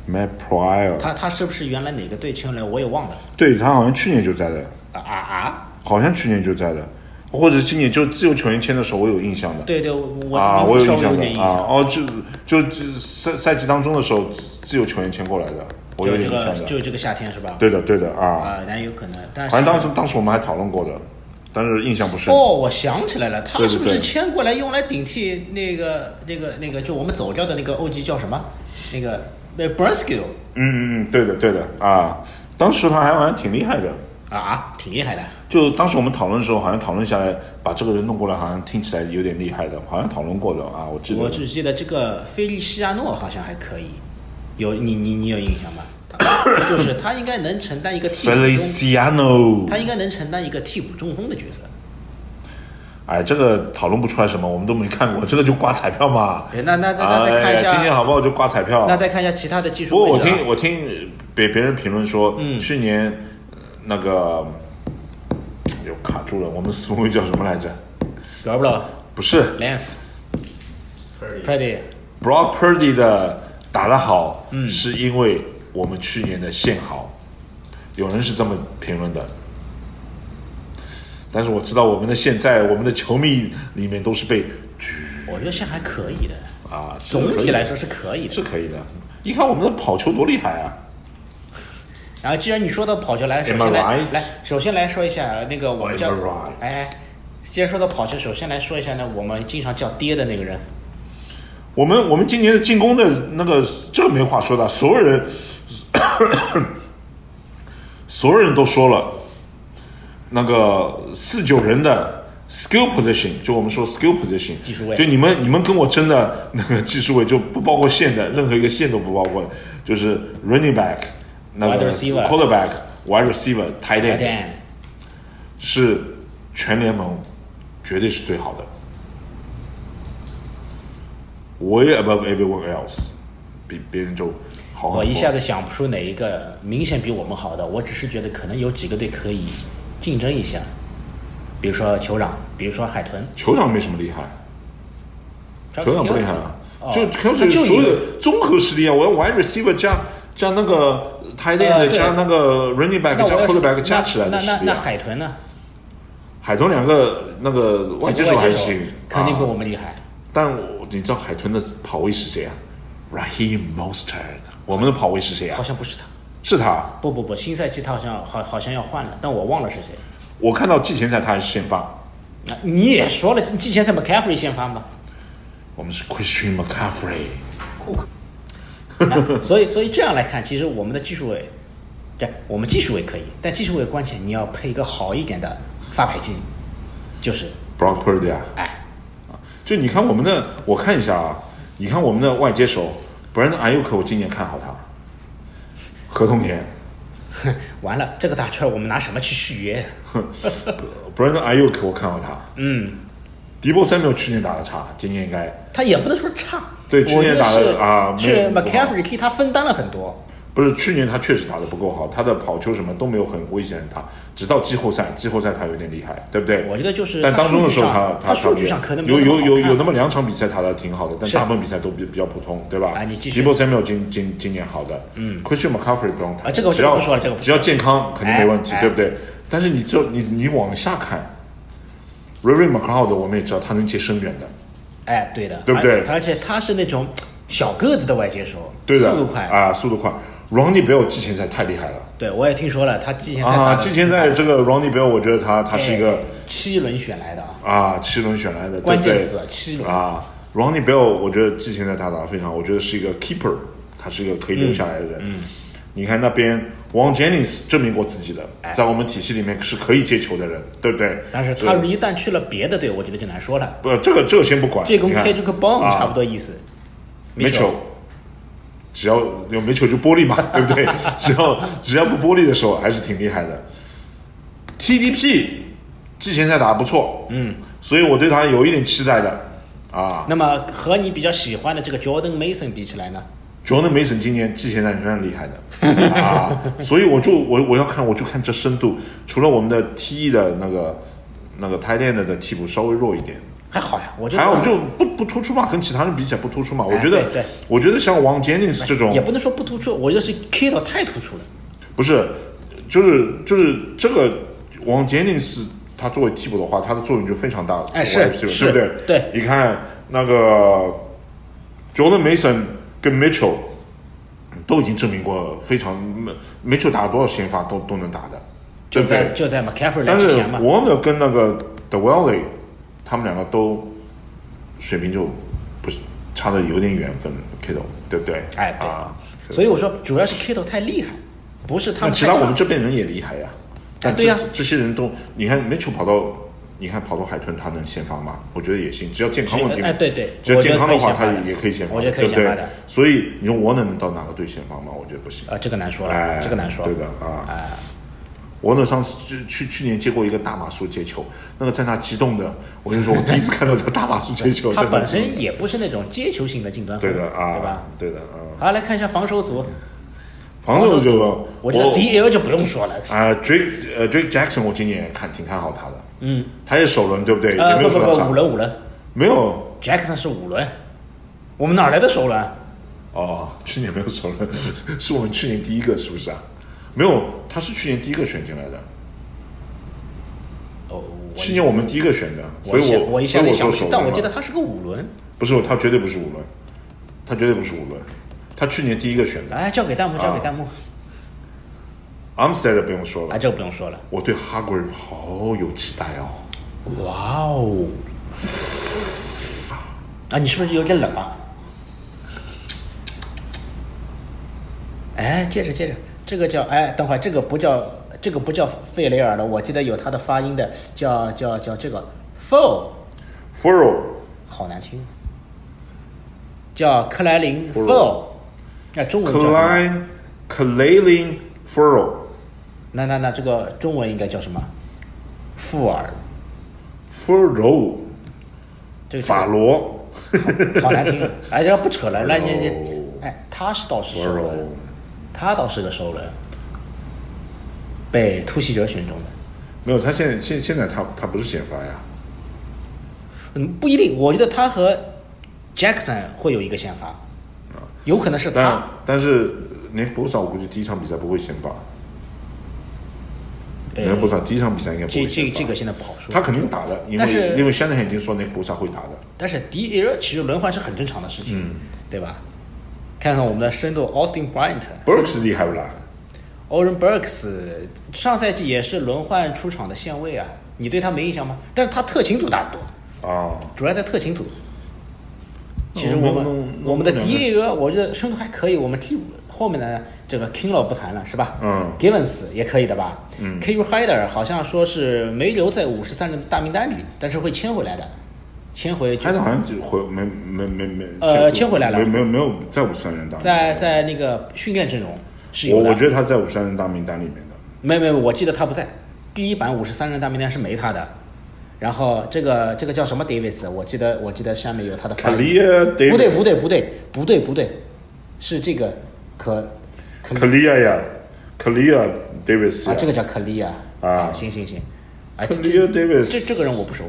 Speaker 3: ，Matt Pryor，
Speaker 2: 他他是不是原来哪个队签来我也忘了
Speaker 3: 对他好像去年就在的，
Speaker 2: 啊啊啊！
Speaker 3: 好像去年就在的，或者今年就自由球员签的时候，我有印象的。
Speaker 2: 对对，我
Speaker 3: 啊，
Speaker 2: 名
Speaker 3: 我
Speaker 2: 字稍
Speaker 3: 印
Speaker 2: 微有
Speaker 3: 象的
Speaker 2: 点印
Speaker 3: 啊
Speaker 2: 象。，
Speaker 3: 哦，就就就赛赛季当中的时候，自由球员签过来的，我有
Speaker 2: 就
Speaker 3: 点
Speaker 2: 这
Speaker 3: 印象
Speaker 2: 个就
Speaker 3: 的。
Speaker 2: 这个夏天是吧？
Speaker 3: 对的，对的啊，
Speaker 2: 啊，那有可能，但是
Speaker 3: 好像当时当时我们还讨论过的，但是印象不深。
Speaker 2: 哦，我想起来了，他
Speaker 3: 对对
Speaker 2: 是不是
Speaker 3: 对
Speaker 2: 签过来用来顶替那个、那个、那个，就我们走掉的那个 OG 叫什么？那个那 b r n s k i l
Speaker 3: 嗯嗯嗯，对的对的啊，当时他还好像挺厉害的。
Speaker 2: 啊，挺厉害的。
Speaker 3: 就当时我们讨论的时候，好像讨论下来，把这个人弄过来，好像听起来有点厉害的，好像讨论过的啊，我记得。
Speaker 2: 我只记得这个菲利西亚诺好像还可以，有你你你有印象
Speaker 3: *coughs*
Speaker 2: 吗？就是他应该能承担一个替补中，他
Speaker 3: Feliciano，
Speaker 2: 应该能承担一个替补中锋的角色。
Speaker 3: 哎，这个讨论不出来什么，我们都没看过，这 *laughs* 个就刮彩票嘛。
Speaker 2: 哎那那那那再看一下
Speaker 3: 哎今年好不好？就刮彩票。
Speaker 2: 那再看一下其嗯他的技术
Speaker 3: 不过我
Speaker 2: 位置啊。
Speaker 3: 听我听别别人评论说，去年呃那个又卡住了，我们斯文叫什么来着？
Speaker 2: 饶不了
Speaker 3: 不是
Speaker 2: 啊 Lance Pretty
Speaker 3: Brock Purdy 的打得好，
Speaker 2: 嗯
Speaker 3: 是因为我们去年的线好，有人是这么评论的。但是我知道我们的现在，我们的球迷里面都是被
Speaker 2: 我觉得现在还可以的，
Speaker 3: 啊，是
Speaker 2: 总
Speaker 3: 可
Speaker 2: 体
Speaker 3: 以的
Speaker 2: 来说是可以的。
Speaker 3: 是可以的。你看我们的跑球多厉害啊！
Speaker 2: 然后，既然你说到跑球来，首
Speaker 3: Am I
Speaker 2: 先来
Speaker 3: right？
Speaker 2: 来，首先来说一下那个我们
Speaker 3: Am
Speaker 2: 叫
Speaker 3: I right？
Speaker 2: 哎哎，既然说到跑球，首先来说一下呢，我们经常叫爹的那个人，
Speaker 3: 我们我们今年的进攻的那个这个没话说的，所有人 *coughs* 所有人都说了，那个四九人的 skill position，就我们说 skill position
Speaker 2: 技术位
Speaker 3: 就你们你们跟我争的那个技术位就不包括线的，任何一个线都不包括，就是 running back，那
Speaker 2: Wide
Speaker 3: 个
Speaker 2: receiver
Speaker 3: quarterback。wide receiver、tight
Speaker 2: 对
Speaker 3: end 是全联盟绝对是最好的。我也 above everyone else，比别人就好很多。
Speaker 2: 我一下子想不出哪一个明显比我们好的，我只是觉得可能有几个队可以竞争一下，比如说酋长，比如说海豚，
Speaker 3: 酋长没什么厉害，酋长不厉害啊，就
Speaker 2: 就
Speaker 3: Kelsey
Speaker 2: 哦就
Speaker 3: 所
Speaker 2: 一
Speaker 3: 有
Speaker 2: 个
Speaker 3: 的综合实力啊，我要 wide receiver 加加那个 tight
Speaker 2: 呃
Speaker 3: end
Speaker 2: 对
Speaker 3: 加那个 running
Speaker 2: 那
Speaker 3: back
Speaker 2: 我
Speaker 3: 加
Speaker 2: 要是
Speaker 3: quarterback 加起来
Speaker 2: 那
Speaker 3: 的
Speaker 2: 那
Speaker 3: 实力
Speaker 2: 那
Speaker 3: 啊。
Speaker 2: 海豚呢？
Speaker 3: 海豚两个那个外接手还行，
Speaker 2: 肯定比我
Speaker 3: 啊。
Speaker 2: 们厉害。
Speaker 3: 但我你知道海豚的跑位是谁啊？Raheem Mostert，我们的跑位是谁啊
Speaker 2: 好？像不是他，
Speaker 3: 是他。
Speaker 2: 不不不，新赛季他好像好好像要换了，但我忘了是谁。
Speaker 3: 我看到季前赛他还是先发，
Speaker 2: 啊，你也说了，季前赛 McCaffrey 先发嘛，
Speaker 3: 我们是 Christian McCaffrey，
Speaker 2: 啊所以所以这样来看，其实我们的技术位，对，我们技术位可以，但技术位关键你要配一个好一点的发牌机，就是，
Speaker 3: Brock Purdy 啊，
Speaker 2: 哎，
Speaker 3: 就你看我们的，我看一下啊，你看我们的外接手 Brand Ayuk，我今年看好他，合同年
Speaker 2: 完了这个大圈儿我们拿什么去续约？
Speaker 3: Brand Ayuk 我看好他，嗯，迪波三 l 去年打的差，今年应该
Speaker 2: 他也不能说差，
Speaker 3: 对
Speaker 2: 我觉
Speaker 3: 去年打
Speaker 2: 得
Speaker 3: 的啊
Speaker 2: 是是
Speaker 3: 没有
Speaker 2: McCaffrey 替他分担了很多，
Speaker 3: 不是去年他确实打得不够好，他的跑球什么都没有很危险很大，直到季后赛，季后赛他有点厉害，对不对？
Speaker 2: 我觉得就是
Speaker 3: 但
Speaker 2: 他
Speaker 3: 当中的时
Speaker 2: 数
Speaker 3: 候
Speaker 2: 据上他
Speaker 3: 他
Speaker 2: 数据上
Speaker 3: 他
Speaker 2: 可能没
Speaker 3: 有
Speaker 2: 有那么
Speaker 3: 有有
Speaker 2: 好看
Speaker 3: 有那么两场比赛他的挺好的，但
Speaker 2: 是
Speaker 3: 大部分比赛都比比较普通，对吧？
Speaker 2: 啊你继续
Speaker 3: Debo Samuel 今今今年好的，嗯，Christian McCaffrey 不用谈，
Speaker 2: 啊这个我
Speaker 3: 只要
Speaker 2: 这个不说了这个不说了
Speaker 3: 只要健康肯定没问题，
Speaker 2: 哎哎
Speaker 3: 对不对？但是你这你你往下看 r a r y McLeod 我们也知道他能接深远的，
Speaker 2: 哎，对的，
Speaker 3: 对不对
Speaker 2: 而而且他是那种小个子的外接手，
Speaker 3: 对的，
Speaker 2: 速度快。
Speaker 3: 啊，速度快。Ronnie Bell 季前赛太厉害了。
Speaker 2: 对，我也听说了，他季前赛
Speaker 3: 啊，
Speaker 2: 打得
Speaker 3: 季前赛这个 Ronnie Bell，我觉得他他是一个
Speaker 2: 哎七轮选来的啊，
Speaker 3: 啊七轮选来的，
Speaker 2: 关键
Speaker 3: 对不
Speaker 2: 词
Speaker 3: 对
Speaker 2: 七轮
Speaker 3: 啊，Ronnie Bell，我觉得季前赛他打得非常好，我觉得是一个 keeper，他是一个可以
Speaker 2: 嗯
Speaker 3: 留下来的人。你看那边 Wang Jennings 证明过自己的，在我们体系里面是可以接球的人，对不对？
Speaker 2: 哎但是
Speaker 3: 对
Speaker 2: 他一旦去了别的队，我觉得就难说了。
Speaker 3: 不，这个这个先不管，
Speaker 2: 这跟
Speaker 3: 你看
Speaker 2: K 这个 bomb
Speaker 3: 啊
Speaker 2: 差不多意思。
Speaker 3: 没球，只要有没球就玻璃嘛， *laughs* 对不对？只要只要不玻璃的时候，还是挺厉害的。TDP 季前赛打得不错，嗯，所以我对他有一点期待的啊。
Speaker 2: 那么和你比较喜欢的这个 Jordan Mason 比起来呢？
Speaker 3: Jordan Mason 今年季前赛仍然厉害的啊， *laughs* 所以我就我我要看我就看这深度，除了我们的 T E 的那个那个 t 练的的替补稍微弱一点，
Speaker 2: 还好呀，我觉得
Speaker 3: 还有就不不突出嘛，跟其他人比起来不突出嘛。我觉得
Speaker 2: 嗯对对
Speaker 3: 我觉得像王 Jennings 这种
Speaker 2: 也不能说不突出，我觉得是 K 到太突出了。
Speaker 3: 不是，就是就是这个王杰林斯，他作为替补的话，他的作用就非常大了。
Speaker 2: 哎
Speaker 3: 作为
Speaker 2: 是
Speaker 3: receiver，
Speaker 2: 是
Speaker 3: 对不对？
Speaker 2: 对
Speaker 3: 你看那个 Jordan Mason 跟 Mitchell 都已经证明过非常，Mitchell 打多少先发都都能打的，对
Speaker 2: 就
Speaker 3: 不
Speaker 2: 在
Speaker 3: 对？
Speaker 2: 就在 McCaffrey 来
Speaker 3: 但是
Speaker 2: 之前嘛，
Speaker 3: Warner 跟那个 The Valley，他们两个都水平就不是差的有点远，跟 Kittle 对不对？
Speaker 2: 哎对
Speaker 3: 啊，
Speaker 2: 所以我说主要是 K 到太厉害，不是他
Speaker 3: 那
Speaker 2: 们
Speaker 3: 其
Speaker 2: 太
Speaker 3: 他
Speaker 2: 差。
Speaker 3: 我们这边人也厉害呀、但
Speaker 2: 对呀
Speaker 3: 这这些人都，你看梅球跑到，你看跑到海豚，他能先发吗？我觉得也行，只要健康问题。
Speaker 2: 哎对对
Speaker 3: 只要健康的话，
Speaker 2: 我觉
Speaker 3: 他
Speaker 2: 得可以先发的
Speaker 3: 也也可以先发，
Speaker 2: 我觉得可以
Speaker 3: 对不
Speaker 2: 先发
Speaker 3: 对
Speaker 2: 的？
Speaker 3: 所以你说我能到哪个队先发吗？我觉得不行。
Speaker 2: 啊，这个难说
Speaker 3: 哎
Speaker 2: 了，，这个难说。呃
Speaker 3: 对的啊。我呢，上次去去去年接过一个大马术接球，那个在那激动的，我就说我第一次看到他大马术接球，
Speaker 2: *laughs* 他
Speaker 3: 在那
Speaker 2: 本
Speaker 3: 激动
Speaker 2: 身也不是那种接球型的近端后卫，
Speaker 3: 对的啊，嗯
Speaker 2: 对吧？？
Speaker 3: 对的啊，
Speaker 2: 好，来看一下防守组，
Speaker 3: 防守就
Speaker 2: 我觉
Speaker 3: 哦
Speaker 2: 得 DL 就不用说了，
Speaker 3: 啊，Drake 呃 Drake Jackson，我今年也看挺看好他的，嗯，他也首轮对不对？也
Speaker 2: 呃，
Speaker 3: 没
Speaker 2: 不
Speaker 3: 有
Speaker 2: 不
Speaker 3: 说他差
Speaker 2: 不，五轮五轮
Speaker 3: 没有
Speaker 2: ，Jackson 是五轮，我们哪来的首轮？
Speaker 3: 哦，去年没有首轮， *laughs* 是我们去年第一个是不是啊？没有，他是去年第一个选进来的，
Speaker 2: 哦，
Speaker 3: 去年我们第一个选的，所以
Speaker 2: 一下
Speaker 3: 我
Speaker 2: 我一下
Speaker 3: 所以
Speaker 2: 子想
Speaker 3: 我说
Speaker 2: 不起
Speaker 3: 首，轮
Speaker 2: 但我
Speaker 3: 嘛
Speaker 2: 记得他是个五轮，
Speaker 3: 不是，他绝对不是五轮，他绝对不是五轮，他去年第一个选的。
Speaker 2: 来交给弹
Speaker 3: 啊
Speaker 2: 幕，交给弹幕，
Speaker 3: Armstead 不用说
Speaker 2: 啊，
Speaker 3: 了，
Speaker 2: 这个不用说了，
Speaker 3: 我对 h a g r i d 好有期待哦。
Speaker 2: 哇哦，啊，你是不是有点冷啊？哎，接着接着，这个叫哎，等会儿这个不叫这个不叫费雷尔了，我记得有他的发音的，叫叫叫这个 Fo，
Speaker 3: Furrow
Speaker 2: 好难听，叫克莱林
Speaker 3: Fo
Speaker 2: Fo，那、中文叫什么？
Speaker 3: Klein k l a l i n Furrow
Speaker 2: 那那那这个中文应该叫什么？富尔，
Speaker 3: Furrow
Speaker 2: 这个
Speaker 3: 法罗
Speaker 2: 好难
Speaker 3: *laughs*
Speaker 2: 听，哎，这个不扯了，那你
Speaker 3: 哦
Speaker 2: 你，哎，他是倒是首
Speaker 3: Furrow
Speaker 2: 轮，他倒是个首轮，被突袭者选中的，
Speaker 3: 没有，他现在现现在他他不是先发呀，
Speaker 2: 嗯，不一定，我觉得他和 Jackson 会有一个先发，有可能是
Speaker 3: 但
Speaker 2: 他，
Speaker 3: 但是 Nick Bosa 我估计第一场比赛不会先发
Speaker 2: 呃
Speaker 3: ，Nick Bosa 第一场比赛应该不
Speaker 2: 这
Speaker 3: 会
Speaker 2: 这
Speaker 3: 先发。
Speaker 2: 这个现在不好说，
Speaker 3: 他肯定打的，因
Speaker 2: 但是
Speaker 3: 为因为 Shanahan 已经说 Nick Bosa 会打的。
Speaker 2: 但是 D L 其实轮换是很正常的事情，对吧？看看我们的深度，Austin Bryant、
Speaker 3: Burks 厉害不啦？
Speaker 2: Oren Burks 上赛季也是轮换出场的线位啊，你对他没印象吗？但是他特勤组打得多，
Speaker 3: 啊，
Speaker 2: 主要在特勤组。其实
Speaker 3: 那
Speaker 2: 哦我
Speaker 3: 我们
Speaker 2: 们
Speaker 3: 那
Speaker 2: 我们的
Speaker 3: 那我们
Speaker 2: D A 额，我觉得深度还可以。我们替补后面的这个 Kinlaw 不谈了，是吧？
Speaker 3: 嗯
Speaker 2: ，Givens 也可以的吧？嗯，K U Hider 好像说是没留在五十三人大名单里，但是会签回来的，签回就
Speaker 3: 还是好像只回没没没没
Speaker 2: 呃
Speaker 3: 签
Speaker 2: 签回来了
Speaker 3: 没没有没有在五十三人大名
Speaker 2: 在
Speaker 3: 单里。
Speaker 2: 在那个训练阵容是
Speaker 3: 我
Speaker 2: 有的。
Speaker 3: 我觉得他在五十三人大名单里面的。
Speaker 2: 没有没有，我记得他不在。第一版五十三人大名单是没他的，然后这个这个叫什么 Davis，我记得我记得下面有他的发言。
Speaker 3: Kalia
Speaker 2: 不对不对不对不对不对，是这个可
Speaker 3: 克利亚呀，克利亚 Davis
Speaker 2: 啊
Speaker 3: 呀，，
Speaker 2: 这个叫克利亚
Speaker 3: 啊
Speaker 2: 行行行，啊，这
Speaker 3: 克利亚
Speaker 2: 这
Speaker 3: Davis，
Speaker 2: 这这个人我不熟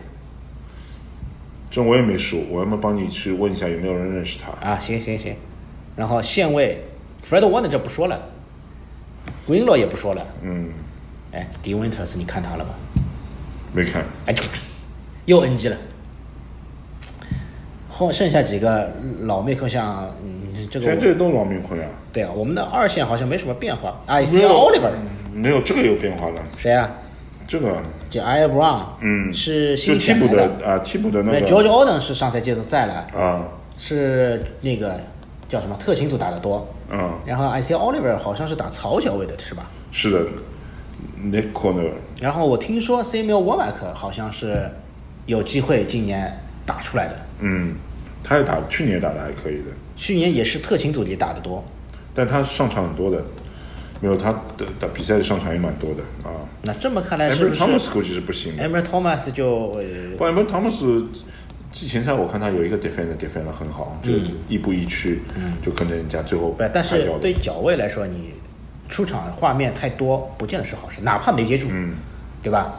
Speaker 3: 这我也没数，我要么帮你去问一下有没有人认识他。
Speaker 2: 啊，行行行，然后线位，Fred Warner 这不说了，Winlow 也不说了，
Speaker 3: 嗯，
Speaker 2: 哎，D Winters 你看他了吧？
Speaker 3: 没看，
Speaker 2: 哎，就又 NG 了。后剩下几个老面孔像，嗯，这个
Speaker 3: 现在
Speaker 2: 我
Speaker 3: 这些都老面孔呀，
Speaker 2: 对啊，我们的二线好像没什么变化。啊
Speaker 3: 没
Speaker 2: c
Speaker 3: 有嗯
Speaker 2: Oliver
Speaker 3: 没有这个有变化了，
Speaker 2: 谁啊？
Speaker 3: 这个
Speaker 2: 就 i Brown，
Speaker 3: 嗯
Speaker 2: 是
Speaker 3: 就
Speaker 2: 新
Speaker 3: 替
Speaker 2: 选
Speaker 3: 补
Speaker 2: 来
Speaker 3: 的
Speaker 2: 的。
Speaker 3: 啊，替补的那
Speaker 2: 没
Speaker 3: 个
Speaker 2: ，George Oden 是上赛季就在了，
Speaker 3: 啊，
Speaker 2: 是那个叫什么特勤组打得多。
Speaker 3: 嗯，
Speaker 2: 然后 i c Oliver 好像是打草脚位的，是吧？
Speaker 3: 是的，Nick Corner
Speaker 2: 然后我听说 Samuel Womack 好像是有机会今年打出来的，
Speaker 3: 嗯，他也打，去年也打的还可以的，
Speaker 2: 去年也是特勤组里打得多。
Speaker 3: 但他上场很多的，没有他的打比赛的上场也蛮多的啊。
Speaker 2: 那这么看来，是
Speaker 3: Amber
Speaker 2: 不是
Speaker 3: Thomas 估计是不行的
Speaker 2: Emre Thomas 就呃
Speaker 3: 不，Amber Thomas 季前赛我看他有一个 defend defend 的很好，就亦步亦趋，就跟着人家最后
Speaker 2: 嗯不，但
Speaker 3: 拍
Speaker 2: 是
Speaker 3: 掉了
Speaker 2: 对脚位来说，你出场画面太多，不见得是好事，哪怕没接住，
Speaker 3: 嗯，
Speaker 2: 对吧？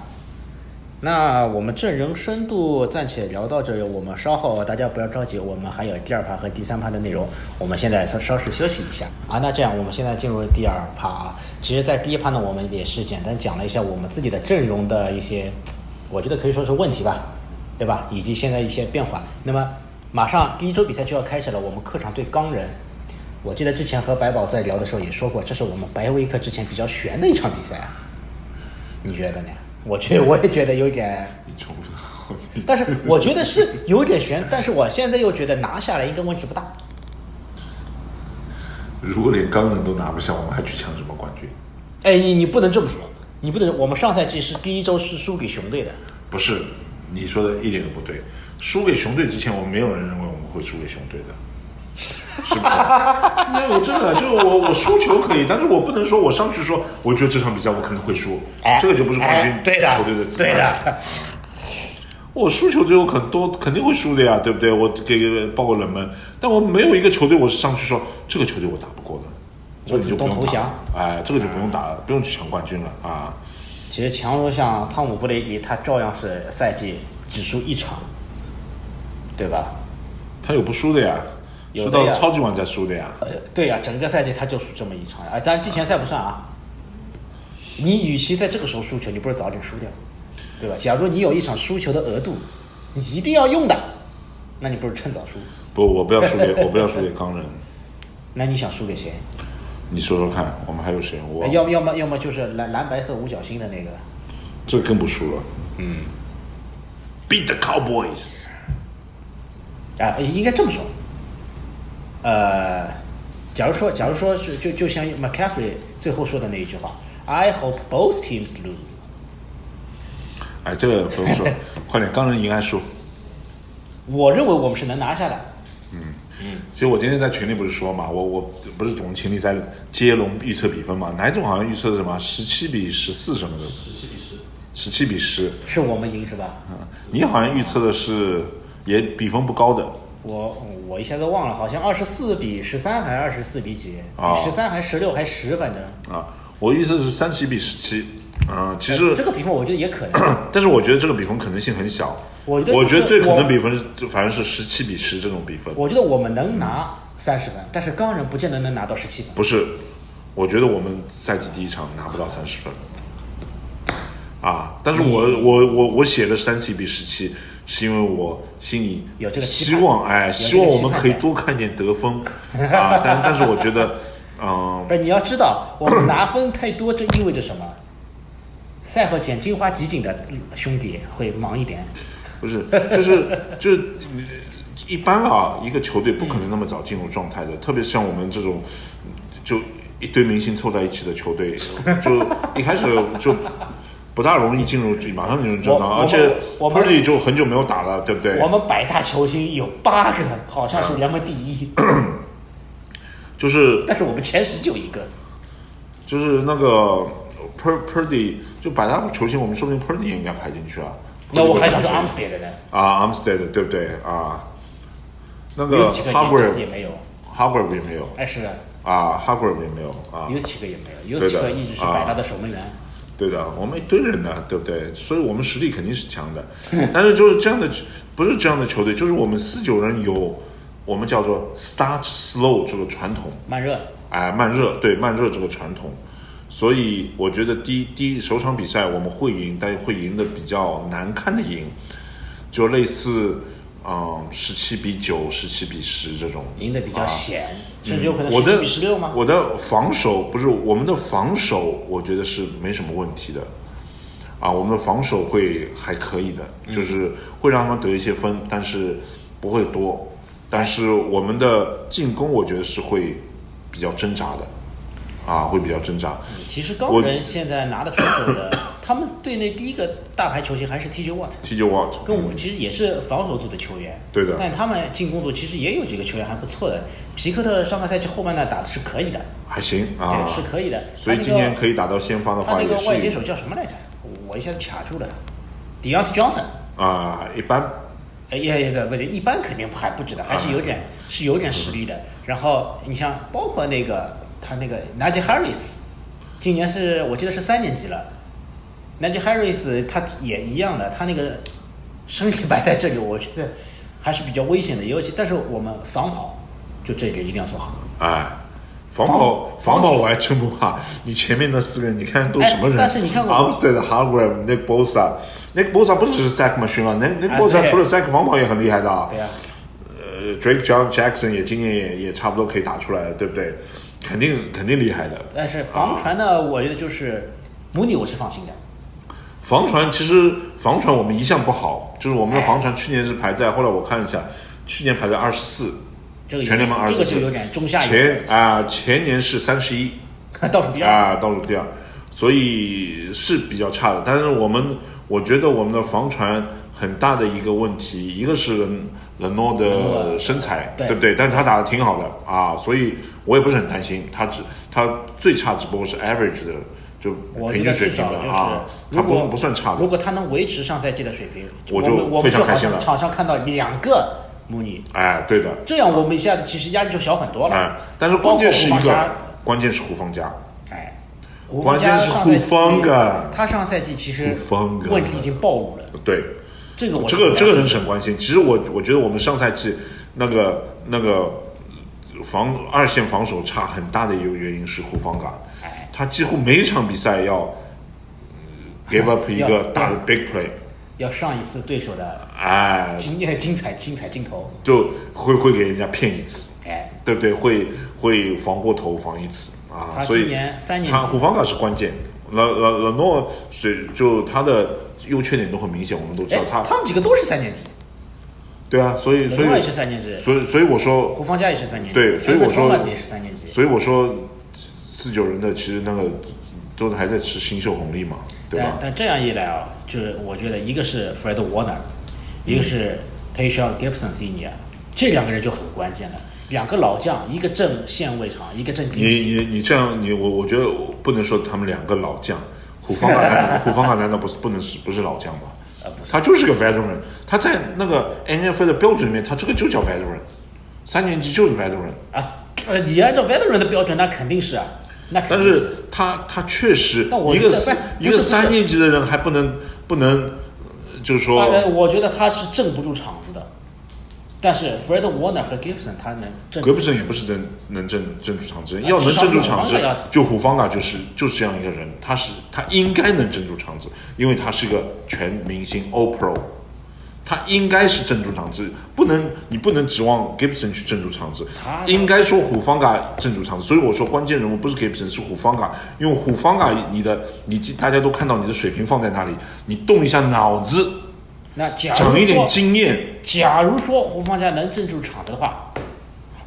Speaker 2: 那我们阵容深度暂且聊到这里，我们稍后大家不要着急，我们还有第二趴和第三趴的内容，我们现在稍稍事休息一下啊。那这样，我们现在进入第二趴啊。其实，在第一趴呢，我们也是简单讲了一下我们自己的阵容的一些，我觉得可以说是问题吧，对吧？以及现在一些变化。那么，马上第一周比赛就要开始了，我们客场对钢人，我记得之前和白宝在聊的时候也说过，这是我们白维克之前比较悬的一场比赛啊。你觉得呢？我觉我也觉得有点，
Speaker 3: 你重复到后面
Speaker 2: 但是我觉得是有点悬，但是我现在又觉得拿下来应该问题不大。
Speaker 3: 如果连钢人都拿不下，我们还去抢什么冠军？
Speaker 2: 哎，你你不能这么说，你不能。我们上赛季是第一周是输给熊队的，
Speaker 3: 不是，你说的一点都不对。输给熊队之前，我们没有人认为我们会输给熊队
Speaker 2: *laughs*
Speaker 3: 的，是不是？没有，真的，就我我输球可以，但是我不能说我上去说，我觉得这场比赛我可能会输，
Speaker 2: 哎，
Speaker 3: 这个就不是冠军、
Speaker 2: 哎对的，
Speaker 3: 球队的姿态
Speaker 2: 对的。
Speaker 3: 我输球最后很多肯定会输的呀，对不对？我给给爆个冷门，但我没有一个球队我是上去说这个球队我打不过的，这个就不
Speaker 2: 主动
Speaker 3: 用
Speaker 2: 投
Speaker 3: 打
Speaker 2: 降
Speaker 3: 了，哎，这个就不用打了，不用去抢冠军了啊。
Speaker 2: 其实强如像汤姆布雷迪，他照样是赛季只输一场，对吧？
Speaker 3: 他有不输的呀，
Speaker 2: 有
Speaker 3: 输
Speaker 2: 的呀
Speaker 3: 到超级碗再输的呀。
Speaker 2: 对呀、整个赛季他就输这么一场啊，当然季前赛不算啊。你与其在这个时候输球，你不如早点输掉，对吧？假如你有一场输球的额度，你一定要用的，那你不如趁早输。
Speaker 3: 不，我不要
Speaker 2: *laughs*
Speaker 3: 输给，我不要输给钢人。
Speaker 2: 那你想输给谁？
Speaker 3: 你说说看，我们还有谁？我
Speaker 2: 呃哎要要么要么就是蓝蓝白色五角星的那个，
Speaker 3: 这更不输了。嗯，Beat the Cowboys。
Speaker 2: 啊，应该这么说。呃，假如说假如说是就就像 McCaffrey 最后说的那一句话，I hope both teams lose。
Speaker 3: 哎，这个不用
Speaker 2: *laughs*
Speaker 3: 说，快点，钢人赢还输。
Speaker 2: 我认为我们是能拿下的。
Speaker 3: 其实我今天在群里不是说嘛，我我不是总群里在接龙预测比分嘛，哪一种好像预测是什么十七比十四什么的，十七比十，十七比十。啊
Speaker 2: 是我们赢是吧？
Speaker 3: 你好像预测的是也比分不高的，
Speaker 2: 我我一下子忘了，好像二十四比十三还是二十四比几？
Speaker 3: 啊
Speaker 2: 十三还是十六还十，反正。
Speaker 3: 啊，我预测是三十一比十七。嗯，其实、
Speaker 2: 哎这个比分我觉得也可能。
Speaker 3: *clears throat* 但是我觉得这个比分可能性很小。
Speaker 2: 我觉得
Speaker 3: 我觉得
Speaker 2: 就是
Speaker 3: 最可
Speaker 2: 我
Speaker 3: 能比分是就反正是十七比十这种比分，
Speaker 2: 我觉得我们能拿三十分，但是钢人不见得能拿到十七分。
Speaker 3: 不是。我觉得我们赛季第一场拿不到三十分，啊！但是我、我我我写的三十一比十七，是因为我心里
Speaker 2: 有这个期
Speaker 3: 希
Speaker 2: 盼
Speaker 3: 望，哎，
Speaker 2: 有这个
Speaker 3: 希望我
Speaker 2: 期
Speaker 3: 们
Speaker 2: 盼
Speaker 3: 可以
Speaker 2: 在
Speaker 3: 多看点得分啊！但但是我觉得，嗯、
Speaker 2: 不是，你要知道，我们拿分太多，这意味着什么？赛后捡金花集锦的兄弟会忙一点。
Speaker 3: 不是，就是就是你一般啊，一个球队不可能那么早进入状态的，特别是像我们这种就一堆明星凑在一起的球队，就一开始就。不大容易进入，马上进入正
Speaker 2: 我
Speaker 3: 当，
Speaker 2: 我
Speaker 3: 而且
Speaker 2: 我们
Speaker 3: Purdy 就很久没有打了，对不对？
Speaker 2: 我们百大球星有八个好像是联盟第一，
Speaker 3: 就是
Speaker 2: 但是我们前十就一个。
Speaker 3: 就是那个 Pur Purdy 就百大球星，我们说不定 Purdy 也应该排进去啊。
Speaker 2: 那我还想说
Speaker 3: Purdy 会排
Speaker 2: a m
Speaker 3: 进去
Speaker 2: s t e r 的呢，
Speaker 3: 啊，Armstead 对不对啊？那
Speaker 2: 有
Speaker 3: 个
Speaker 2: 几个
Speaker 3: h a r b o
Speaker 2: 颜值也
Speaker 3: r
Speaker 2: 没有。
Speaker 3: h a r b o r 也没有，
Speaker 2: 哎，是啊，
Speaker 3: 啊，哈格尔也没有啊，
Speaker 2: 尤其克也没有，尤
Speaker 3: 对
Speaker 2: 其
Speaker 3: 的啊
Speaker 2: 克一直是百大的守门员。
Speaker 3: 对的，我们一堆人呢，对不对？所以我们实力肯定是强的，但是就是这样的，不是这样的球队，就是我们四九人有我们叫做 start slow 这个传统，
Speaker 2: 慢热，
Speaker 3: 哎，慢热，对慢热这个传统，所以我觉得第一第一首场比赛我们会赢，但会赢的比较难看的赢，就类似嗯十七比九、十七比十这种
Speaker 2: 赢得比较
Speaker 3: 啊
Speaker 2: 险，甚至有可能
Speaker 3: 我
Speaker 2: 十七
Speaker 3: 的
Speaker 2: 比十六吗？
Speaker 3: 我的防守不是我们的防守，我觉得是没什么问题的，啊，我们的防守会还可以的，
Speaker 2: 嗯
Speaker 3: 就是会让他们得一些分，但是不会多。但是我们的进攻，我觉得是会比较挣扎的，啊，会比较挣扎。
Speaker 2: 其实高人现在拿的出手的，他们队内第一个大牌球星还是 TJ Watt，
Speaker 3: TJ Watt，
Speaker 2: 跟我其实也是防守组的球员。
Speaker 3: 对的
Speaker 2: 但他们进攻组其实也有几个球员还不错的。皮克特上个赛季后半段打的是可以的，
Speaker 3: 还行啊，
Speaker 2: 对，是可以的。
Speaker 3: 所以
Speaker 2: 他那个
Speaker 3: 今年可以打到先发的
Speaker 2: 他
Speaker 3: 话，
Speaker 2: 那
Speaker 3: 也
Speaker 2: 个
Speaker 3: 是
Speaker 2: 外接手叫什么来着？我一下子卡住了。Deont Johnson，
Speaker 3: 啊，一般
Speaker 2: 哎呀呀的，不对，一般肯定还不止的，还是有点、
Speaker 3: 啊
Speaker 2: 是有点实力的。然后你像包括那个他那个 Najee Harris，今年是我记得是三年级了，Najee Harris 他也一样的，他那个身体摆在这里，我觉得还是比较危险的。尤其但是我们防好，就这一点一定要做好。
Speaker 3: 哎，防跑
Speaker 2: 防
Speaker 3: 防跑我还真不怕，你前面那四个人，你看都什么
Speaker 2: 哎
Speaker 3: 人？
Speaker 2: 但是你看我
Speaker 3: a r m s t e a d Hargrave、Nick Bosa，Nick Bosa 不只是 sack machine 啊，Nick Nick
Speaker 2: 啊
Speaker 3: Bosa
Speaker 2: 对
Speaker 3: 除了 sack 防跑也很厉害的啊。
Speaker 2: 对啊，
Speaker 3: 呃，Drake John Jackson 也今年也也差不多可以打出来了，对不对？肯定肯定厉害的。
Speaker 2: 但是防传呢，我觉得就是母女我是放心的。
Speaker 3: 防传其实防传我们一向不好，就是我们的
Speaker 2: 哎
Speaker 3: 防传去年是排在，后来我看了一下，去年排在二十四，
Speaker 2: 这个有
Speaker 3: 全联盟二
Speaker 2: 这
Speaker 3: 十
Speaker 2: 个
Speaker 3: 四，
Speaker 2: 就有点中下游
Speaker 3: 前啊、前年是三十一。
Speaker 2: *laughs* 倒数第二。
Speaker 3: 啊，倒数第二，所以是比较差的。但是我们，我觉得我们的防传很大的一个问题，一个是冷冷诺的身材，
Speaker 2: 对
Speaker 3: 不对？但是他打的挺好的啊，所以我也不是很担心。他只他最差只不过是 average 的，就
Speaker 2: 我觉
Speaker 3: 平
Speaker 2: 得
Speaker 3: 均水
Speaker 2: 至
Speaker 3: 平
Speaker 2: 少
Speaker 3: 的
Speaker 2: 就是，
Speaker 3: 啊，他
Speaker 2: 如果
Speaker 3: 不不算差
Speaker 2: 如
Speaker 3: 的。
Speaker 2: 果他能维持上赛季的水平，
Speaker 3: 我就
Speaker 2: 们我
Speaker 3: 非
Speaker 2: 们
Speaker 3: 常
Speaker 2: 就好
Speaker 3: 开心
Speaker 2: 像
Speaker 3: 了
Speaker 2: 场上看到两个穆尼，
Speaker 3: 哎，对的，
Speaker 2: 这样我们一下子其实压力就小很多
Speaker 3: 哎
Speaker 2: 了。，
Speaker 3: 但是关键是
Speaker 2: 包
Speaker 3: 一
Speaker 2: 括胡
Speaker 3: 个
Speaker 2: 方家，
Speaker 3: 关键是胡方家，
Speaker 2: 哎，胡
Speaker 3: 关键
Speaker 2: 家
Speaker 3: 是
Speaker 2: 上赛季
Speaker 3: 胡方噶
Speaker 2: 他上赛季其实
Speaker 3: 胡方噶
Speaker 2: 问题已经暴露了，
Speaker 3: 对，
Speaker 2: 这个我
Speaker 3: 这个
Speaker 2: 是
Speaker 3: 这个人是很关心。其实我我觉得我们上赛季那个那个防二线防守差很大的一个原因是胡方嘎
Speaker 2: 哎，
Speaker 3: 他几乎每一场比赛要嗯 give up 一
Speaker 2: 哎要
Speaker 3: 个大的 big play，
Speaker 2: 要上一次对手的
Speaker 3: 哎，
Speaker 2: 精精彩精彩镜头，
Speaker 3: 就会会给人家骗一次，
Speaker 2: 哎，
Speaker 3: 对不对？会会防过头防一次啊，
Speaker 2: 他
Speaker 3: 所
Speaker 2: 今
Speaker 3: 以
Speaker 2: 年三年级
Speaker 3: 他胡方嘎是关键。勒勒勒诺是就他的优缺点都很明显，我们都知
Speaker 2: 哎
Speaker 3: 道，啊他
Speaker 2: 他们几个都是三年级，
Speaker 3: 对啊，所以所
Speaker 2: 伦诺
Speaker 3: 以
Speaker 2: 也是三年级，
Speaker 3: 所以所以我说
Speaker 2: 胡方家也是三年级，哎
Speaker 3: 对所以我说
Speaker 2: Albert Thomas 也是三年级，
Speaker 3: 所以我说，四九人的其实那个都还在吃新秀红利嘛，对
Speaker 2: 但
Speaker 3: 吧？
Speaker 2: 但这样一来啊，就是我觉得一个是 Fred Warner，一个
Speaker 3: 嗯
Speaker 2: 是 Tayshawn Gibson Senior，这两个人就很关键了。两个老将，一个正线位场，一个正
Speaker 3: 你
Speaker 2: 顶级。
Speaker 3: 你你这样，你我我觉得我不能说他们两个老将，虎方卡难虎方卡难道不是不能是不是老将吗？
Speaker 2: 呃
Speaker 3: 他就是个 veteran，他在那个 NFL 的标准里面，他这个就叫 veteran，三年级就是 veteran，
Speaker 2: 啊，呃，你按照 veteran 的标准，那肯定是啊，那肯
Speaker 3: 但
Speaker 2: 定
Speaker 3: 是他他确实
Speaker 2: 但我
Speaker 3: 一
Speaker 2: 觉
Speaker 3: 个
Speaker 2: 得
Speaker 3: 四
Speaker 2: 不
Speaker 3: 一
Speaker 2: 不
Speaker 3: 个
Speaker 2: 是
Speaker 3: 三年级的人还不能不能，呃就是说
Speaker 2: 大概我觉得他是镇不住场子的。但是 Fred Warner 和 Gibson 他能镇
Speaker 3: 格
Speaker 2: 住
Speaker 3: 布森也不是能能镇镇住场子，
Speaker 2: 啊
Speaker 3: 要能镇住场
Speaker 2: 至少虎
Speaker 3: 子
Speaker 2: 方嘎要，
Speaker 3: 就胡方嘎啊就是就是这样一个人，他是他应该能镇住场子，因为他是个全明星 All Pro，他应该是镇住场子，不能你不能指望 Gibson 去镇住场子
Speaker 2: 他，
Speaker 3: 应该说虎方嘎镇住场子，所以我说关键人物不是 Gibson 是虎方嘎，啊因为虎方嘎啊你的你大家都看到你的水平放在那里，你动一下脑子，
Speaker 2: 那假如
Speaker 3: 长一点
Speaker 2: 说
Speaker 3: 经验，
Speaker 2: 假如说胡方家能镇住场子的话，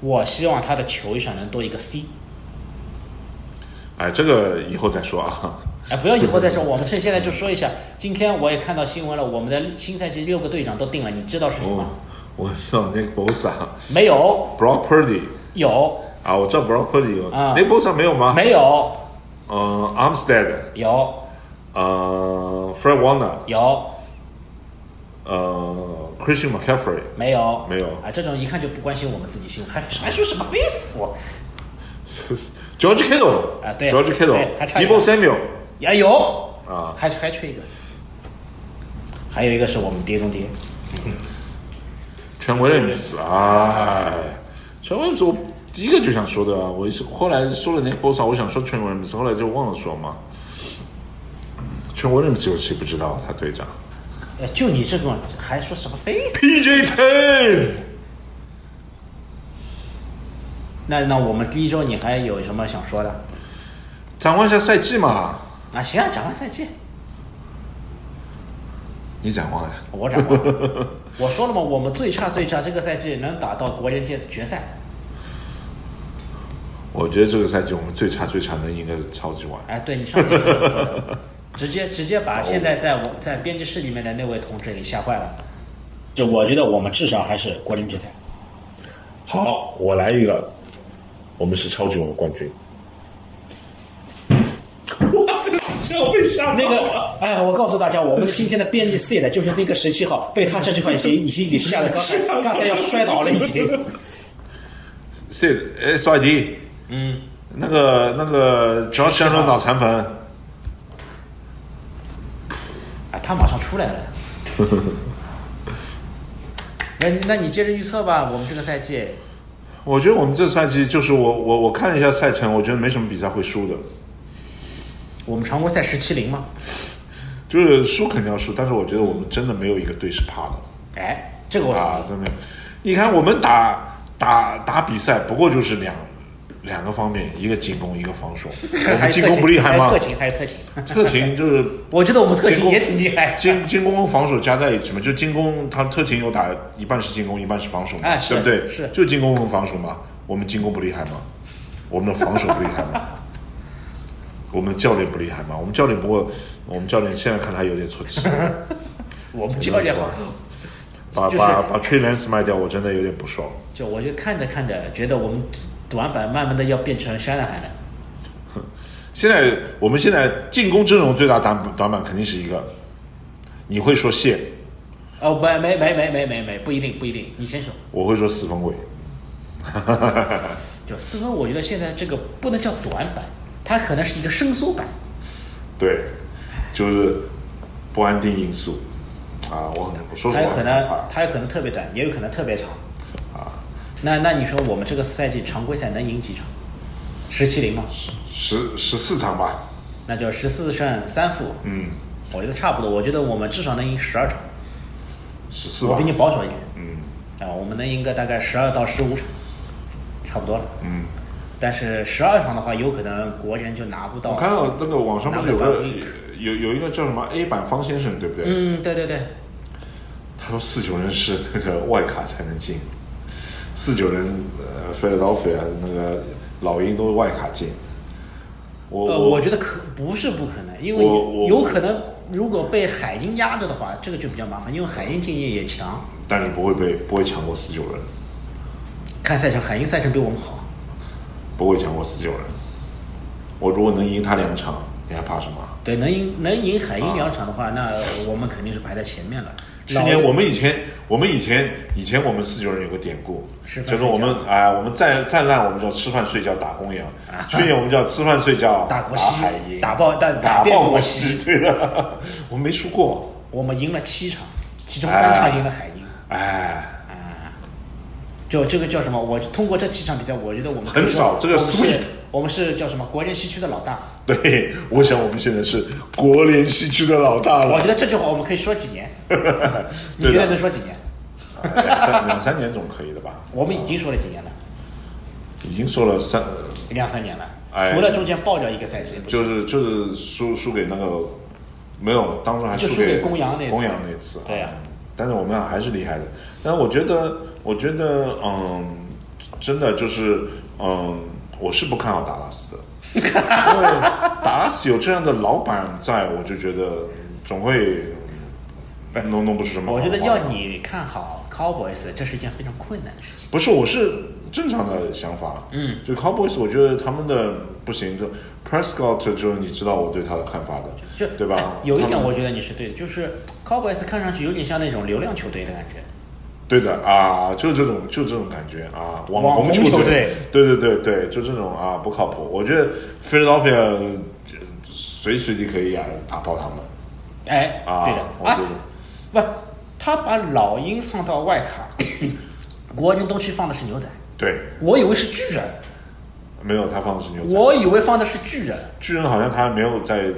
Speaker 2: 我希望他的球衣上能多一个 C。
Speaker 3: 哎，这个以后再说啊。
Speaker 2: 哎，不要以后再说，我们趁现在就说一下。今天我也看到新闻了，我们的新赛季六个队长都定了，你知道是谁
Speaker 3: 哦
Speaker 2: 吗？，
Speaker 3: 我知道那个 Bosa。
Speaker 2: 没有，
Speaker 3: Brock Purdy
Speaker 2: 有，
Speaker 3: 啊，我知道 Brock Purdy 有，
Speaker 2: 啊
Speaker 3: 那 Bosa 没有吗？，
Speaker 2: 没有，
Speaker 3: 呃，Armstead，
Speaker 2: 有，
Speaker 3: 呃，Fred Warner，
Speaker 2: 有，
Speaker 3: 呃，Christian McCaffrey， *laughs*
Speaker 2: 没有，哎
Speaker 3: 没有
Speaker 2: 啊，这种一看就不关心我们自己新闻，还还说什么 Facebook？
Speaker 3: George Kittle
Speaker 2: 啊对
Speaker 3: ，George
Speaker 2: 对还
Speaker 3: Kittle、
Speaker 2: 差一
Speaker 3: d
Speaker 2: 个
Speaker 3: e Samuel
Speaker 2: 也哎有
Speaker 3: 啊
Speaker 2: 还还缺一个，还有一个是我们碟中谍，
Speaker 3: 全威廉姆斯啊，全威廉姆斯，我第一个就想说的啊，我一后来说了 Nick Bosa，我想说全威廉姆斯，后来就忘了说嘛。全威廉姆斯有谁不知道？他队长
Speaker 2: 呃，就你这种还说什么 face？
Speaker 3: PJ Ten，
Speaker 2: 那那我们第一周你还有什么想说的？
Speaker 3: 展望一下赛季嘛，
Speaker 2: 啊，行啊，展望赛季，
Speaker 3: 你展望呀、
Speaker 2: 我展望。我说了嘛，我们最差最差这个赛季能打到国联界决赛，
Speaker 3: 我觉得这个赛季我们最差最差的应该是超级碗。
Speaker 2: 哎，对你上次也跟我说
Speaker 3: *laughs*
Speaker 2: 的直接直接把现在在我在编辑室里面的那位同志给吓坏了。
Speaker 4: 就我觉得我们至少还是国联决赛。
Speaker 5: 好，我来一个，我们是超级碗冠军。
Speaker 4: 那个，哎，我告诉大家，我们今天的编辑 C 的就是那个十七号，被他这句话已经已经给吓得刚才刚才要摔倒了已经。
Speaker 3: C S Y D，
Speaker 2: 嗯，
Speaker 3: 哎那个那个 Josh Allen 脑残粉，
Speaker 2: 啊，他马上出
Speaker 3: *laughs*
Speaker 2: 来了。那你那你接着预测吧，我们这个赛季
Speaker 3: 我觉得我们这赛季就是我我我看了一下赛程，我觉得没什么比赛会输的，
Speaker 2: 我们常规赛十七零嘛，
Speaker 3: 就是输肯定要输，但是我觉得我们真的没有一个队是怕的
Speaker 2: 哎，这个我
Speaker 3: 啊，真的。你看我们打打打比赛，不过就是两两个方面，一个进攻，一个防守，我
Speaker 2: *laughs* 还是
Speaker 3: 们进
Speaker 2: 特
Speaker 3: 攻
Speaker 2: 勤
Speaker 3: 不厉害吗
Speaker 2: 还是特？勤还是特勤，
Speaker 3: 特勤就是
Speaker 2: 我觉得我们特
Speaker 3: 进
Speaker 2: 勤
Speaker 3: 攻
Speaker 2: 也挺厉害。
Speaker 3: 进进攻和防守加在一起嘛，就进攻，他特勤有打一半是进攻，一半是防守嘛，
Speaker 2: 哎是
Speaker 3: 对不对？
Speaker 2: 是
Speaker 3: 就进攻和防守嘛。我们进攻不厉害吗？我们的防守不厉害吗？ *laughs* 我们的教练不厉害吗？我们教练不过，我们教练现在看他有点出
Speaker 2: *laughs*
Speaker 3: 气，
Speaker 2: 我们教练好，
Speaker 3: 把
Speaker 2: 就是
Speaker 3: 把把 Trey Lance 卖掉，我真的有点不爽。
Speaker 2: 就我就看着看着，觉得我们短板慢慢的要变成山了海了。
Speaker 3: 现在我们现在进攻阵容最大短短板肯定是一个，你会说谢，
Speaker 2: 哦，没没没没没没没，不一定不一定，你先说。
Speaker 3: 我会说四分卫，
Speaker 2: 就四分，我觉得现在这个不能叫短板，它可能是一个伸缩版。
Speaker 3: 对，就是不安定因素啊。我很我说实
Speaker 2: 它
Speaker 3: 话，啊
Speaker 2: 有可
Speaker 3: 很害
Speaker 2: 能
Speaker 3: 怕，
Speaker 2: 它有可能特别短，也有可能特别长。
Speaker 3: 啊
Speaker 2: 那那你说我们这个赛季常规赛能赢几场？十七零嘛，
Speaker 3: 十十四场吧，
Speaker 2: 那就十四胜三负。
Speaker 3: 嗯，
Speaker 2: 我觉得差不多，我觉得我们至少能赢十二场，
Speaker 3: 十四
Speaker 2: 我
Speaker 3: 吧
Speaker 2: 比，你保守一点。
Speaker 3: 哦嗯，
Speaker 2: 啊，我们能赢个大概十二到十五场，差不多了。
Speaker 3: 嗯，
Speaker 2: 但是十二场的话，有可能国人就拿不到。
Speaker 3: 我看到那个网上不是有
Speaker 2: 拿不到
Speaker 3: 个有有一个叫什么 A 版方先生，对不对？
Speaker 2: 嗯，对对对，
Speaker 3: 他说四九人是那个外卡才能进，四九人呃 Philadelphia 那个老鹰都是外卡进。我
Speaker 2: 呃，
Speaker 3: 我
Speaker 2: 我觉得可不是不可能，因为
Speaker 3: 我我
Speaker 2: 有可能如果被海鹰压着的话，这个就比较麻烦，因为海鹰竞业也强，
Speaker 3: 但是不会被不会强过四九人，
Speaker 2: 看赛程，海鹰赛程比我们好。
Speaker 3: 不会强过四九人。我如果能赢他两场，你还怕什么？
Speaker 2: 对，能赢能赢海鹰两场的话，那我们肯定是排在前面了。
Speaker 3: 去年我们以前，我们以前以前我们四九人有个典故
Speaker 2: 吃，饭
Speaker 3: 就是我们
Speaker 2: 睡
Speaker 3: 哎、我们再再烂，我们叫吃饭睡觉打公羊。去年我们叫吃饭睡觉
Speaker 2: 啊打国西
Speaker 3: 海鹰，
Speaker 2: 打爆打打
Speaker 3: 打
Speaker 2: 遍
Speaker 3: 爆
Speaker 2: 国
Speaker 3: 国
Speaker 2: 西
Speaker 3: 西，对的，我们没输过。
Speaker 2: 我们赢了七场，其中三场赢了海鹰。
Speaker 3: 哎，
Speaker 2: 就这个叫什么？我通过这七场比赛，我觉得我们
Speaker 3: 很少这个
Speaker 2: 我们是
Speaker 3: sweep
Speaker 2: 我们是叫什么？国人西区的老大。
Speaker 3: 对，我想我们现在是国联西区的老大
Speaker 2: 我
Speaker 3: 了
Speaker 2: 觉。得这句话我们可以说几
Speaker 3: *laughs*
Speaker 2: 年？你
Speaker 3: 对
Speaker 2: 觉
Speaker 3: 的
Speaker 2: 得能说几年？
Speaker 3: 哎两三两三年总可以的吧？
Speaker 2: 我们已经说了几年了，
Speaker 3: 已经说了三，
Speaker 2: 两三年了，
Speaker 3: 哎
Speaker 2: 除了中间爆掉一个赛季，不是
Speaker 3: 就是就是输输给那个没有，当时还
Speaker 2: 就输
Speaker 3: 给
Speaker 2: 给公羊那次
Speaker 3: 公羊那次，
Speaker 2: 对啊
Speaker 3: 但是我们还是厉害的。但是我觉得，我觉得，嗯，真的就是，嗯，我是不看好达拉斯的，因为达拉斯有这样的老板在，我就觉得总
Speaker 2: *laughs*
Speaker 3: 会嗯弄弄不出什么好
Speaker 2: 我
Speaker 3: 花
Speaker 2: 觉
Speaker 3: 样。
Speaker 2: 得要你看好 Cowboys，这是一件非常困难的事情。
Speaker 3: 不是，我是正常的想法。嗯，就 Cowboys，我觉得他们的不行，就 Prescott 就是你知道我对他的看法的，
Speaker 2: 就
Speaker 3: 对吧
Speaker 2: 哎？有一
Speaker 3: 他
Speaker 2: 点
Speaker 3: 们
Speaker 2: 我觉得你是对的，就是 Cowboys 看上去有点像那种流量球队的感觉，
Speaker 3: 对的啊，就这种就这种感觉啊，网
Speaker 4: 网红
Speaker 3: 红
Speaker 4: 球队
Speaker 3: 队，对对对对，就这种啊不靠谱。我觉得 Philadelphia 呃随时随地可以啊打爆他们
Speaker 2: 哎，
Speaker 3: 啊，
Speaker 2: 对的
Speaker 3: 我觉
Speaker 2: 啊
Speaker 3: 得，
Speaker 2: 不，他把老鹰放到外卡， *clears throat* 国联东区放的是牛仔，
Speaker 3: 对，
Speaker 2: 我以为是巨人，
Speaker 3: 没有他放的是牛仔，
Speaker 2: 我以为放的是巨人，
Speaker 3: 巨人好像他没有在呃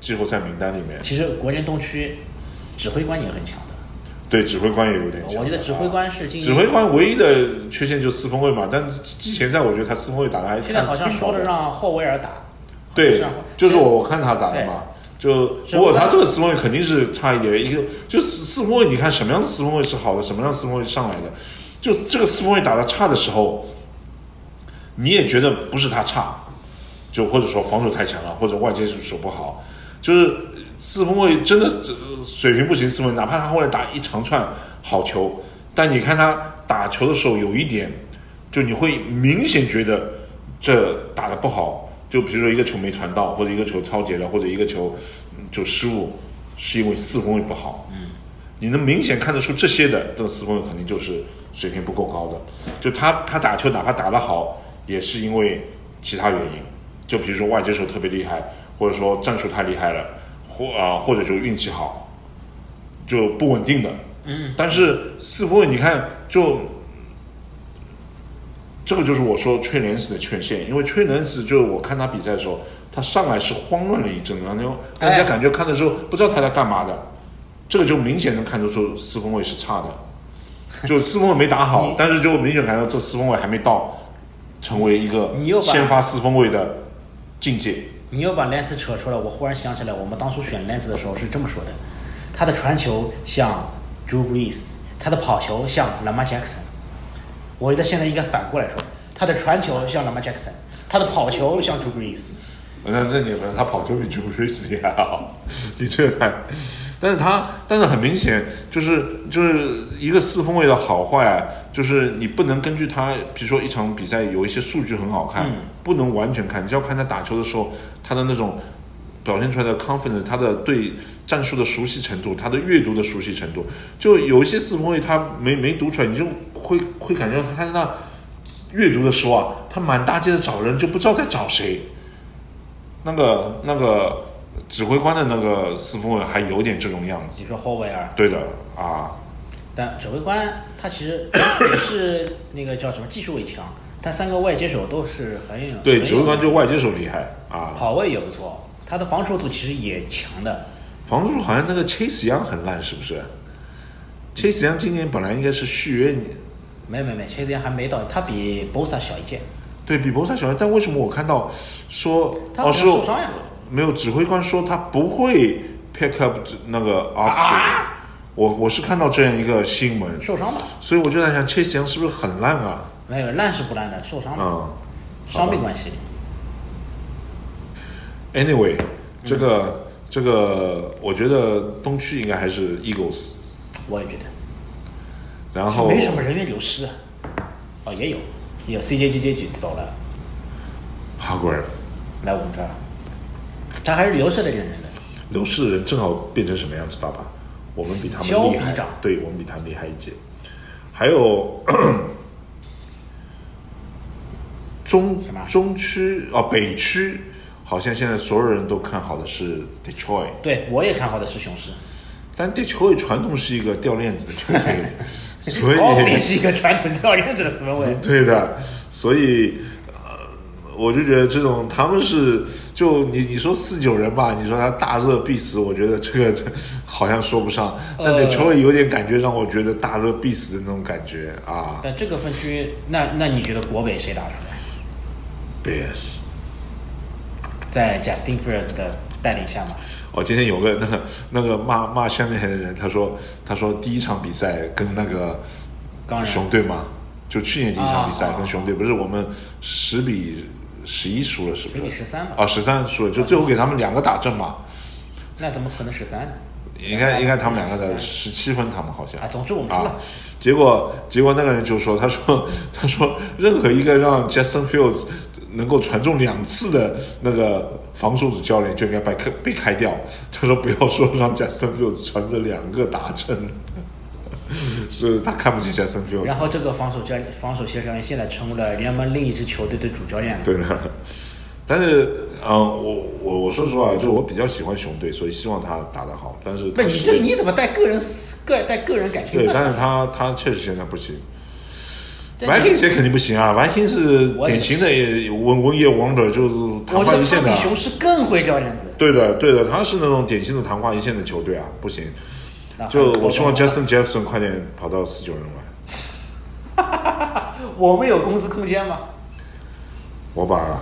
Speaker 3: 季后赛名单里面，
Speaker 2: 其实国联东区指挥官也很强的。
Speaker 3: 对指挥官也有点强，
Speaker 2: 我觉得指挥官是今年
Speaker 3: 指挥官唯一的缺陷就是四分卫嘛，但季前赛我觉得他四分卫打的还
Speaker 2: 现在好像
Speaker 3: 挺
Speaker 2: 说
Speaker 3: 的
Speaker 2: 的让霍维尔打，
Speaker 3: 对
Speaker 2: 好像，
Speaker 3: 就是我我看他打的嘛。就
Speaker 2: 指挥
Speaker 3: 不过他
Speaker 2: 官
Speaker 3: 这个四分卫肯定是差一点，一个就四四分卫，你看什么样的四分卫是好的，什么样的四分卫是上来的，就这个四分卫打的差的时候，你也觉得不是他差，就或者说防守太强了，或者外接手手不好，就是四分卫真的呃水平不行，四分卫哪怕他后来打一长串好球，但你看他打球的时候有一点，就你会明显觉得这打的不好，就比如说一个球没传到，或者一个球超节了，或者一个球嗯就失误，是因为四分卫不好，嗯，你能明显看得出这些的，这个四分卫肯定就是水平不够高的。就他他打球哪怕打得好，也是因为其他原因，就比如说外接手特别厉害，或者说战术太厉害了，或啊、或者就运气好，就不稳定的。嗯，但是四分卫你看就。这个就是我说崔连斯的缺陷，因为崔连斯就是我看他比赛的时候，他上来是慌乱了一阵，然后让人
Speaker 2: 哎
Speaker 3: 家感觉看的时候不知道他在干嘛的，这个就明显能看得出四分卫是差的，就四分卫没
Speaker 2: *laughs*
Speaker 3: 打好，但是就明显感觉到这四分卫还没到成为一个
Speaker 2: 你又把
Speaker 3: 先发四分卫的境界。
Speaker 2: 你又把 Lance 扯出来，我忽然想起来，我们当初选 Lance 的时候是这么说的：他的传球像 Drew Brees，他的跑球像 Lamar Jackson。我觉得现在应该反过来说，他的传球像 Lamar Jackson，他的跑球像 Drew Brees。
Speaker 3: 那那你们他跑球比朱布瑞斯厉害啊，的确他，但是他但是很明显就是就是一个四分卫的好坏啊，就是你不能根据他，比如说一场比赛有一些数据很好看，不能完全看，你就要看他打球的时候他的那种表现出来的 confidence，他的对战术的熟悉程度，他的阅读的熟悉程度，就有一些四分卫他没没读出来，你就会会感觉到他在那阅读的时候啊，他满大街的找人，就不知道在找谁。那个那个指挥官的那个四分卫还有点这种样子。
Speaker 2: 你说霍维尔，
Speaker 3: 对的啊，
Speaker 2: 但指挥官他其实也是那个叫什么技术也强，但三个外接手都是很有
Speaker 3: 对，
Speaker 2: 很有
Speaker 3: 指挥官就外接手厉害啊，
Speaker 2: 跑位也不错，他的防守度其实也强的。
Speaker 3: 防守好像那个 Chase Young 很烂，是不是？Chase Young 今年本来应该是续约你，
Speaker 2: 没没没，崔子阳还没到，他比 Bosa 小一届。
Speaker 3: 对比博萨小孩，但为什么我看到说
Speaker 2: 他好
Speaker 3: 哦
Speaker 2: 像
Speaker 3: 是
Speaker 2: 受伤呀
Speaker 3: 没有指挥官说他不会 pick up 这那个 option，、我
Speaker 2: 啊
Speaker 3: 我是看到这样一个新闻，
Speaker 2: 受伤吧？
Speaker 3: 所以我就在想 Chase Young 是不是很烂啊？
Speaker 2: 没有，烂是不烂的，受伤了，
Speaker 3: 嗯。
Speaker 2: 伤病关系。
Speaker 3: Anyway，这个、这个，我觉得东区应该还是 Eagles，
Speaker 2: 我也觉得，
Speaker 3: 然后
Speaker 2: 没什么人员流失啊。哦，也有，也有 CJ JJ 走了，
Speaker 3: Hargrave
Speaker 2: 来我们这儿，他还是留下了点人的。
Speaker 3: 流失的人正好变成什么样，知道吧？我们比他
Speaker 2: 肖
Speaker 3: 们厉害
Speaker 2: 比长，
Speaker 3: 对我们比他们厉害一截。还有 *clears throat* 中
Speaker 2: 什么
Speaker 3: 中区啊、北区，好像现在所有人都看好的是 Detroit，
Speaker 2: 对，我也看好的是雄狮，
Speaker 3: 但 Detroit 传统是一个掉链子的球 *laughs* 队，所以
Speaker 2: 高飞是一个传统教练者的思维。
Speaker 3: *laughs* 对的，所以呃，我就觉得这种他们是就你你说四九人吧，你说他大热必死，我觉得这个 *laughs* 这好像说不上，但
Speaker 2: 呃
Speaker 3: d e t r o i 有点感觉让我觉得大热必死的那种感觉啊。
Speaker 2: 但这个分区，那那你觉得国北谁打出来？
Speaker 3: Bears，
Speaker 2: 在 Justin Fields 的带领下嘛，
Speaker 3: 我、哦今天有个那个那个骂骂下面的人，他说他说第一场比赛跟那个
Speaker 2: 当然
Speaker 3: 熊队嘛，就去年第一场比赛
Speaker 2: 啊啊
Speaker 3: 跟熊队，不是我们十比十一输了，是不是？
Speaker 2: 10比13吧
Speaker 3: 啊，十三输了，就最后给他们两个打正嘛。
Speaker 2: 那怎么可能十三呢？
Speaker 3: 应该应该他们两个的十七分，他们好像
Speaker 2: 啊总之我们输了
Speaker 3: 啊结果结果那个人就说，他说 *laughs* 他说任何一个让 Justin Fields 能够传中两次的那个防守组教练就应该被开被开掉。他说不要说让 Justin Fields 传着两个达阵， *laughs* 是他看不起 Justin Fields，
Speaker 2: 然后这个防守教防守协调教练现在成为了联盟另一支球队的主教练了。
Speaker 3: 对的。但是，嗯、我我我说实话，就是我比较喜欢熊队，所以希望他打得好。但是他
Speaker 2: 不是你
Speaker 3: 实
Speaker 2: 这
Speaker 3: 力，
Speaker 2: 你怎么带个人个带个人感情
Speaker 3: 对，
Speaker 2: 色
Speaker 3: 但
Speaker 2: 彩？
Speaker 3: 是他他确实现在不行。
Speaker 2: 对
Speaker 3: Vikings 也肯定不行啊，Vikings 是
Speaker 2: 我也
Speaker 3: 典型的文文业 wonder，就是
Speaker 2: 我觉
Speaker 3: 昙花
Speaker 2: 得
Speaker 3: 一
Speaker 2: 他
Speaker 3: 现的
Speaker 2: 比
Speaker 3: 啊。
Speaker 2: 雄狮更会教练子。
Speaker 3: 对的，对的，他是那种典型的昙花一现的球队啊，不行。
Speaker 2: 那还
Speaker 3: 就
Speaker 2: 有
Speaker 3: 我希望
Speaker 2: 高中
Speaker 3: Justin Jefferson 快点跑到四九人来，
Speaker 2: 我们有工资空间吗？
Speaker 3: 我把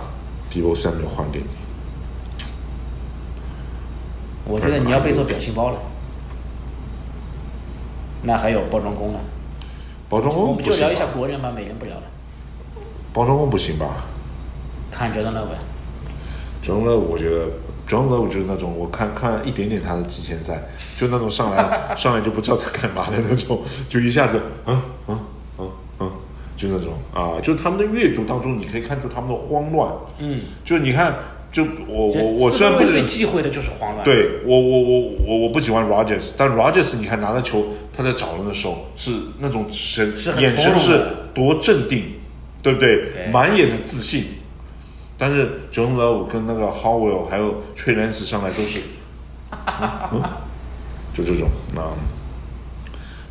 Speaker 3: d e b o Samuel 换给你。
Speaker 2: 我觉得你要被做表情包了。那还有包装工呢？
Speaker 3: 包装
Speaker 2: 我
Speaker 3: 工
Speaker 2: 们
Speaker 3: 不
Speaker 2: 就
Speaker 3: 行
Speaker 2: 聊一下
Speaker 3: 吧，
Speaker 2: 国人吧，美人不聊了。
Speaker 3: 包装工不行吧？
Speaker 2: 看觉得那呗。
Speaker 3: John Love 我觉得 John Love 就是那种我看看一点点他的季前赛，就那种上来上来就不知道在干嘛的那种，就一下子嗯嗯嗯嗯，就那种啊，就是他们的阅读当中你可以看出他们的慌乱，嗯，就是你看，就我我我虽然不
Speaker 2: 四分卫最
Speaker 3: 是。
Speaker 2: 忌讳的就是慌乱。，
Speaker 3: 对我我我我我不喜欢 Rogers，但 Rogers 你看拿到球，他在找人的时候是那种神
Speaker 2: 是很
Speaker 3: 眼
Speaker 2: 从
Speaker 3: 神
Speaker 2: 容
Speaker 3: 是
Speaker 2: 的
Speaker 3: 多镇定，对不对？
Speaker 2: 对
Speaker 3: 满眼的自信。但是 John Love 跟那个 Howell 还有崔连斯上来都是，嗯嗯，就这种啊。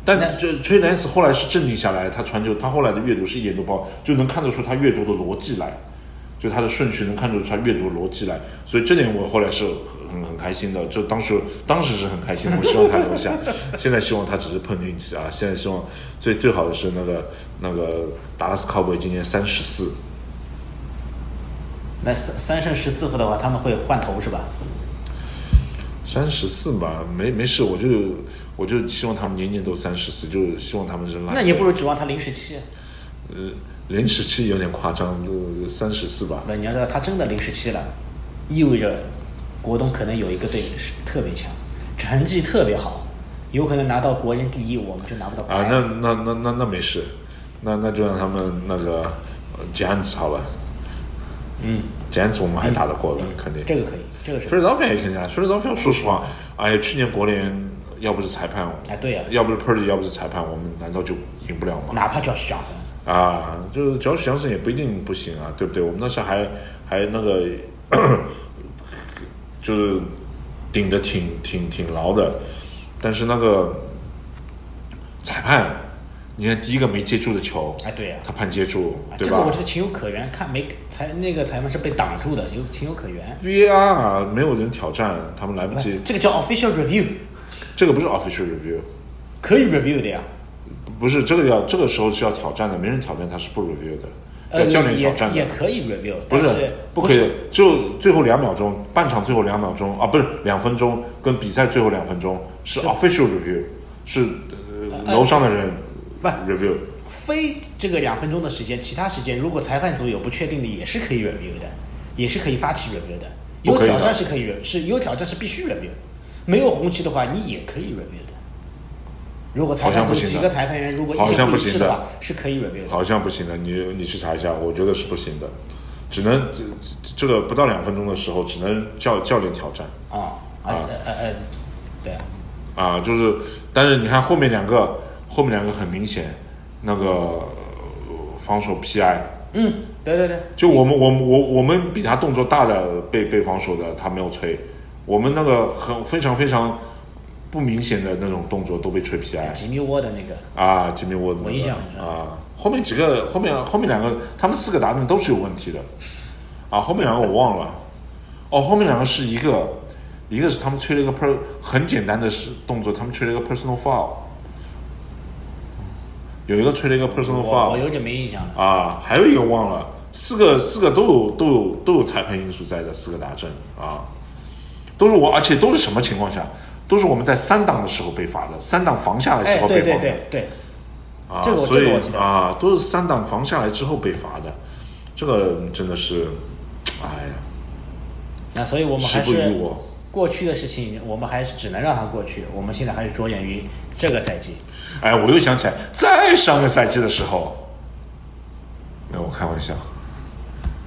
Speaker 3: 但这崔莱斯后来是镇定下来，他传球，他后来的阅读是一点都不好，就能看得出他阅读的逻辑来，就他的顺序能看得出他阅读的逻辑来，所以这点我后来是很很开心的，就当时当时是很开心的，我希望他留
Speaker 2: *laughs*
Speaker 3: 下，现在希望他只是碰运气啊，现在希望最最好的是那个那个达拉斯考维今年三十四，
Speaker 2: 那三三胜十四负的话，他们会换头是吧？
Speaker 3: 三十四嘛，没没事，我就我就希望他们年年都三十四，就希望他们扔烂。
Speaker 2: 那也不如指望他零十七。啊
Speaker 3: 呃零时期有点夸张，就三十四吧。
Speaker 2: 那你要知道，他真的零十七了，意味着国东可能有一个队是特别强，成绩特别好，有可能拿到国人第一，我们就拿不到
Speaker 3: 啊
Speaker 2: 牌。，
Speaker 3: 那那那那那没事，那那就让他们那个吉安子好了。嗯，吉安子我们还打得过的，肯定。
Speaker 2: 嗯这个可以，这个是
Speaker 3: 菲尔道菲也肯定啊，菲尔道菲说实话，哎呀，去年国联要不是裁判，
Speaker 2: 哎对呀
Speaker 3: 要不是 Purdy，要不是裁判，我们难道就赢不了吗？
Speaker 2: 哪怕叫是 Johnson，
Speaker 3: 啊，就是脚趾强森也不一定不行啊，对不对？我们那时候还还那个，就是顶得挺挺挺牢的，但是那个裁判，你看第一个没接住的球，
Speaker 2: 哎对呀
Speaker 3: 他判接住，
Speaker 2: 啊
Speaker 3: 对
Speaker 2: 这
Speaker 3: 吧？
Speaker 2: 个我觉得情有可原，看没裁那个裁判是被挡住的，有情有可原。
Speaker 3: VAR 没有人挑战，他们来不及。
Speaker 2: 这个叫 official review，
Speaker 3: 这个不是 official review，
Speaker 2: 可以 review 的呀。
Speaker 3: 不是这个要这个时候是要挑战的，没人挑战他是不 review 的，
Speaker 2: 呃，
Speaker 3: 要教练挑
Speaker 2: 也
Speaker 3: 战的。
Speaker 2: 也可以 review，
Speaker 3: 不
Speaker 2: 但
Speaker 3: 是
Speaker 2: 是，
Speaker 3: 不可以，就最后两秒钟，半场最后两秒钟啊，不是两分钟，跟比赛最后两分钟是 official review，是呃楼上的人
Speaker 2: 不
Speaker 3: review，
Speaker 2: 非这个两分钟的时间，其他时间如果裁判组有不确定的，也是可以 review 的，也是可以发起 review 的。有
Speaker 3: 不可以
Speaker 2: 挑战
Speaker 3: 的
Speaker 2: 是可以 re- 是有挑战是必须 review，没有红旗的话你也可以 review 的。如果裁判
Speaker 3: 好
Speaker 2: 组
Speaker 3: 像不行
Speaker 2: 几
Speaker 3: 的
Speaker 2: 个裁判员如果意
Speaker 3: 好
Speaker 2: 见
Speaker 3: 像
Speaker 2: 不
Speaker 3: 不
Speaker 2: 一致
Speaker 3: 行的
Speaker 2: 话，是可以 review 的。
Speaker 3: 好像不行的，你你去查一下，我觉得是不行的，只能这这这个不到两分钟的时候，只能教教练挑战
Speaker 2: 啊啊
Speaker 3: 啊
Speaker 2: 呃呃呃，对啊，
Speaker 3: 啊，就是，但是你看后面两个，后面两个很明显，那个呃防守 PI，
Speaker 2: 嗯，对对对，
Speaker 3: 就我们我们我我们比他动作大的被被防守的他没有吹，我们那个很非常非常不明显的那种动作都被吹 PI
Speaker 2: 吉米沃的那个
Speaker 3: 啊，吉米沃德
Speaker 2: 我印象很深
Speaker 3: 啊，后面几个后面后面两个他们四个达阵都是有问题的啊，后面两个我忘了，哦，后面两个是一个一个是他们吹了一个 per 很简单的是动作，他们吹了一个 personal foul，有一个吹了一个 personal
Speaker 2: 我
Speaker 3: foul，
Speaker 2: 我有点没印象了。
Speaker 3: 啊，还有一个忘了，四个四个都有都有都有裁判因素在的四个达阵啊，都是我，而且都是什么情况下？都是我们在三档的时候被罚的，三档防下来
Speaker 2: 哎
Speaker 3: 啊之，后
Speaker 2: 对
Speaker 3: 被
Speaker 2: 对
Speaker 3: 罚的、
Speaker 2: 对对，
Speaker 3: 啊，
Speaker 2: 这个我
Speaker 3: 所
Speaker 2: 这个
Speaker 3: 以
Speaker 2: 我记得
Speaker 3: 啊，都是三档防下来之后被罚的，这个真的是，哎呀，
Speaker 2: 那所以我们还
Speaker 3: 时不
Speaker 2: 是
Speaker 3: 与我
Speaker 2: 过去的事情，我们还是只能让它过去。我们现在还是着眼于这个赛季。
Speaker 3: 哎，我又想起来，在上个赛季的时候，没有，我开玩笑，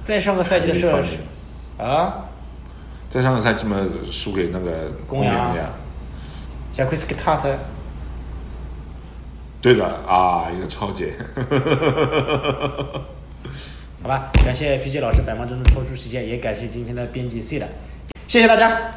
Speaker 2: 在上个赛季的时候
Speaker 3: 还是
Speaker 2: 是啊，
Speaker 3: 在上个赛季嘛，输给那个
Speaker 2: 公羊
Speaker 3: 呀，
Speaker 2: 小奎斯给塔特，
Speaker 3: 对的啊，一个超姐，
Speaker 2: 好吧，感谢 PG 老师百忙中抽出时间，也感谢今天的编辑 C 的，谢谢大家。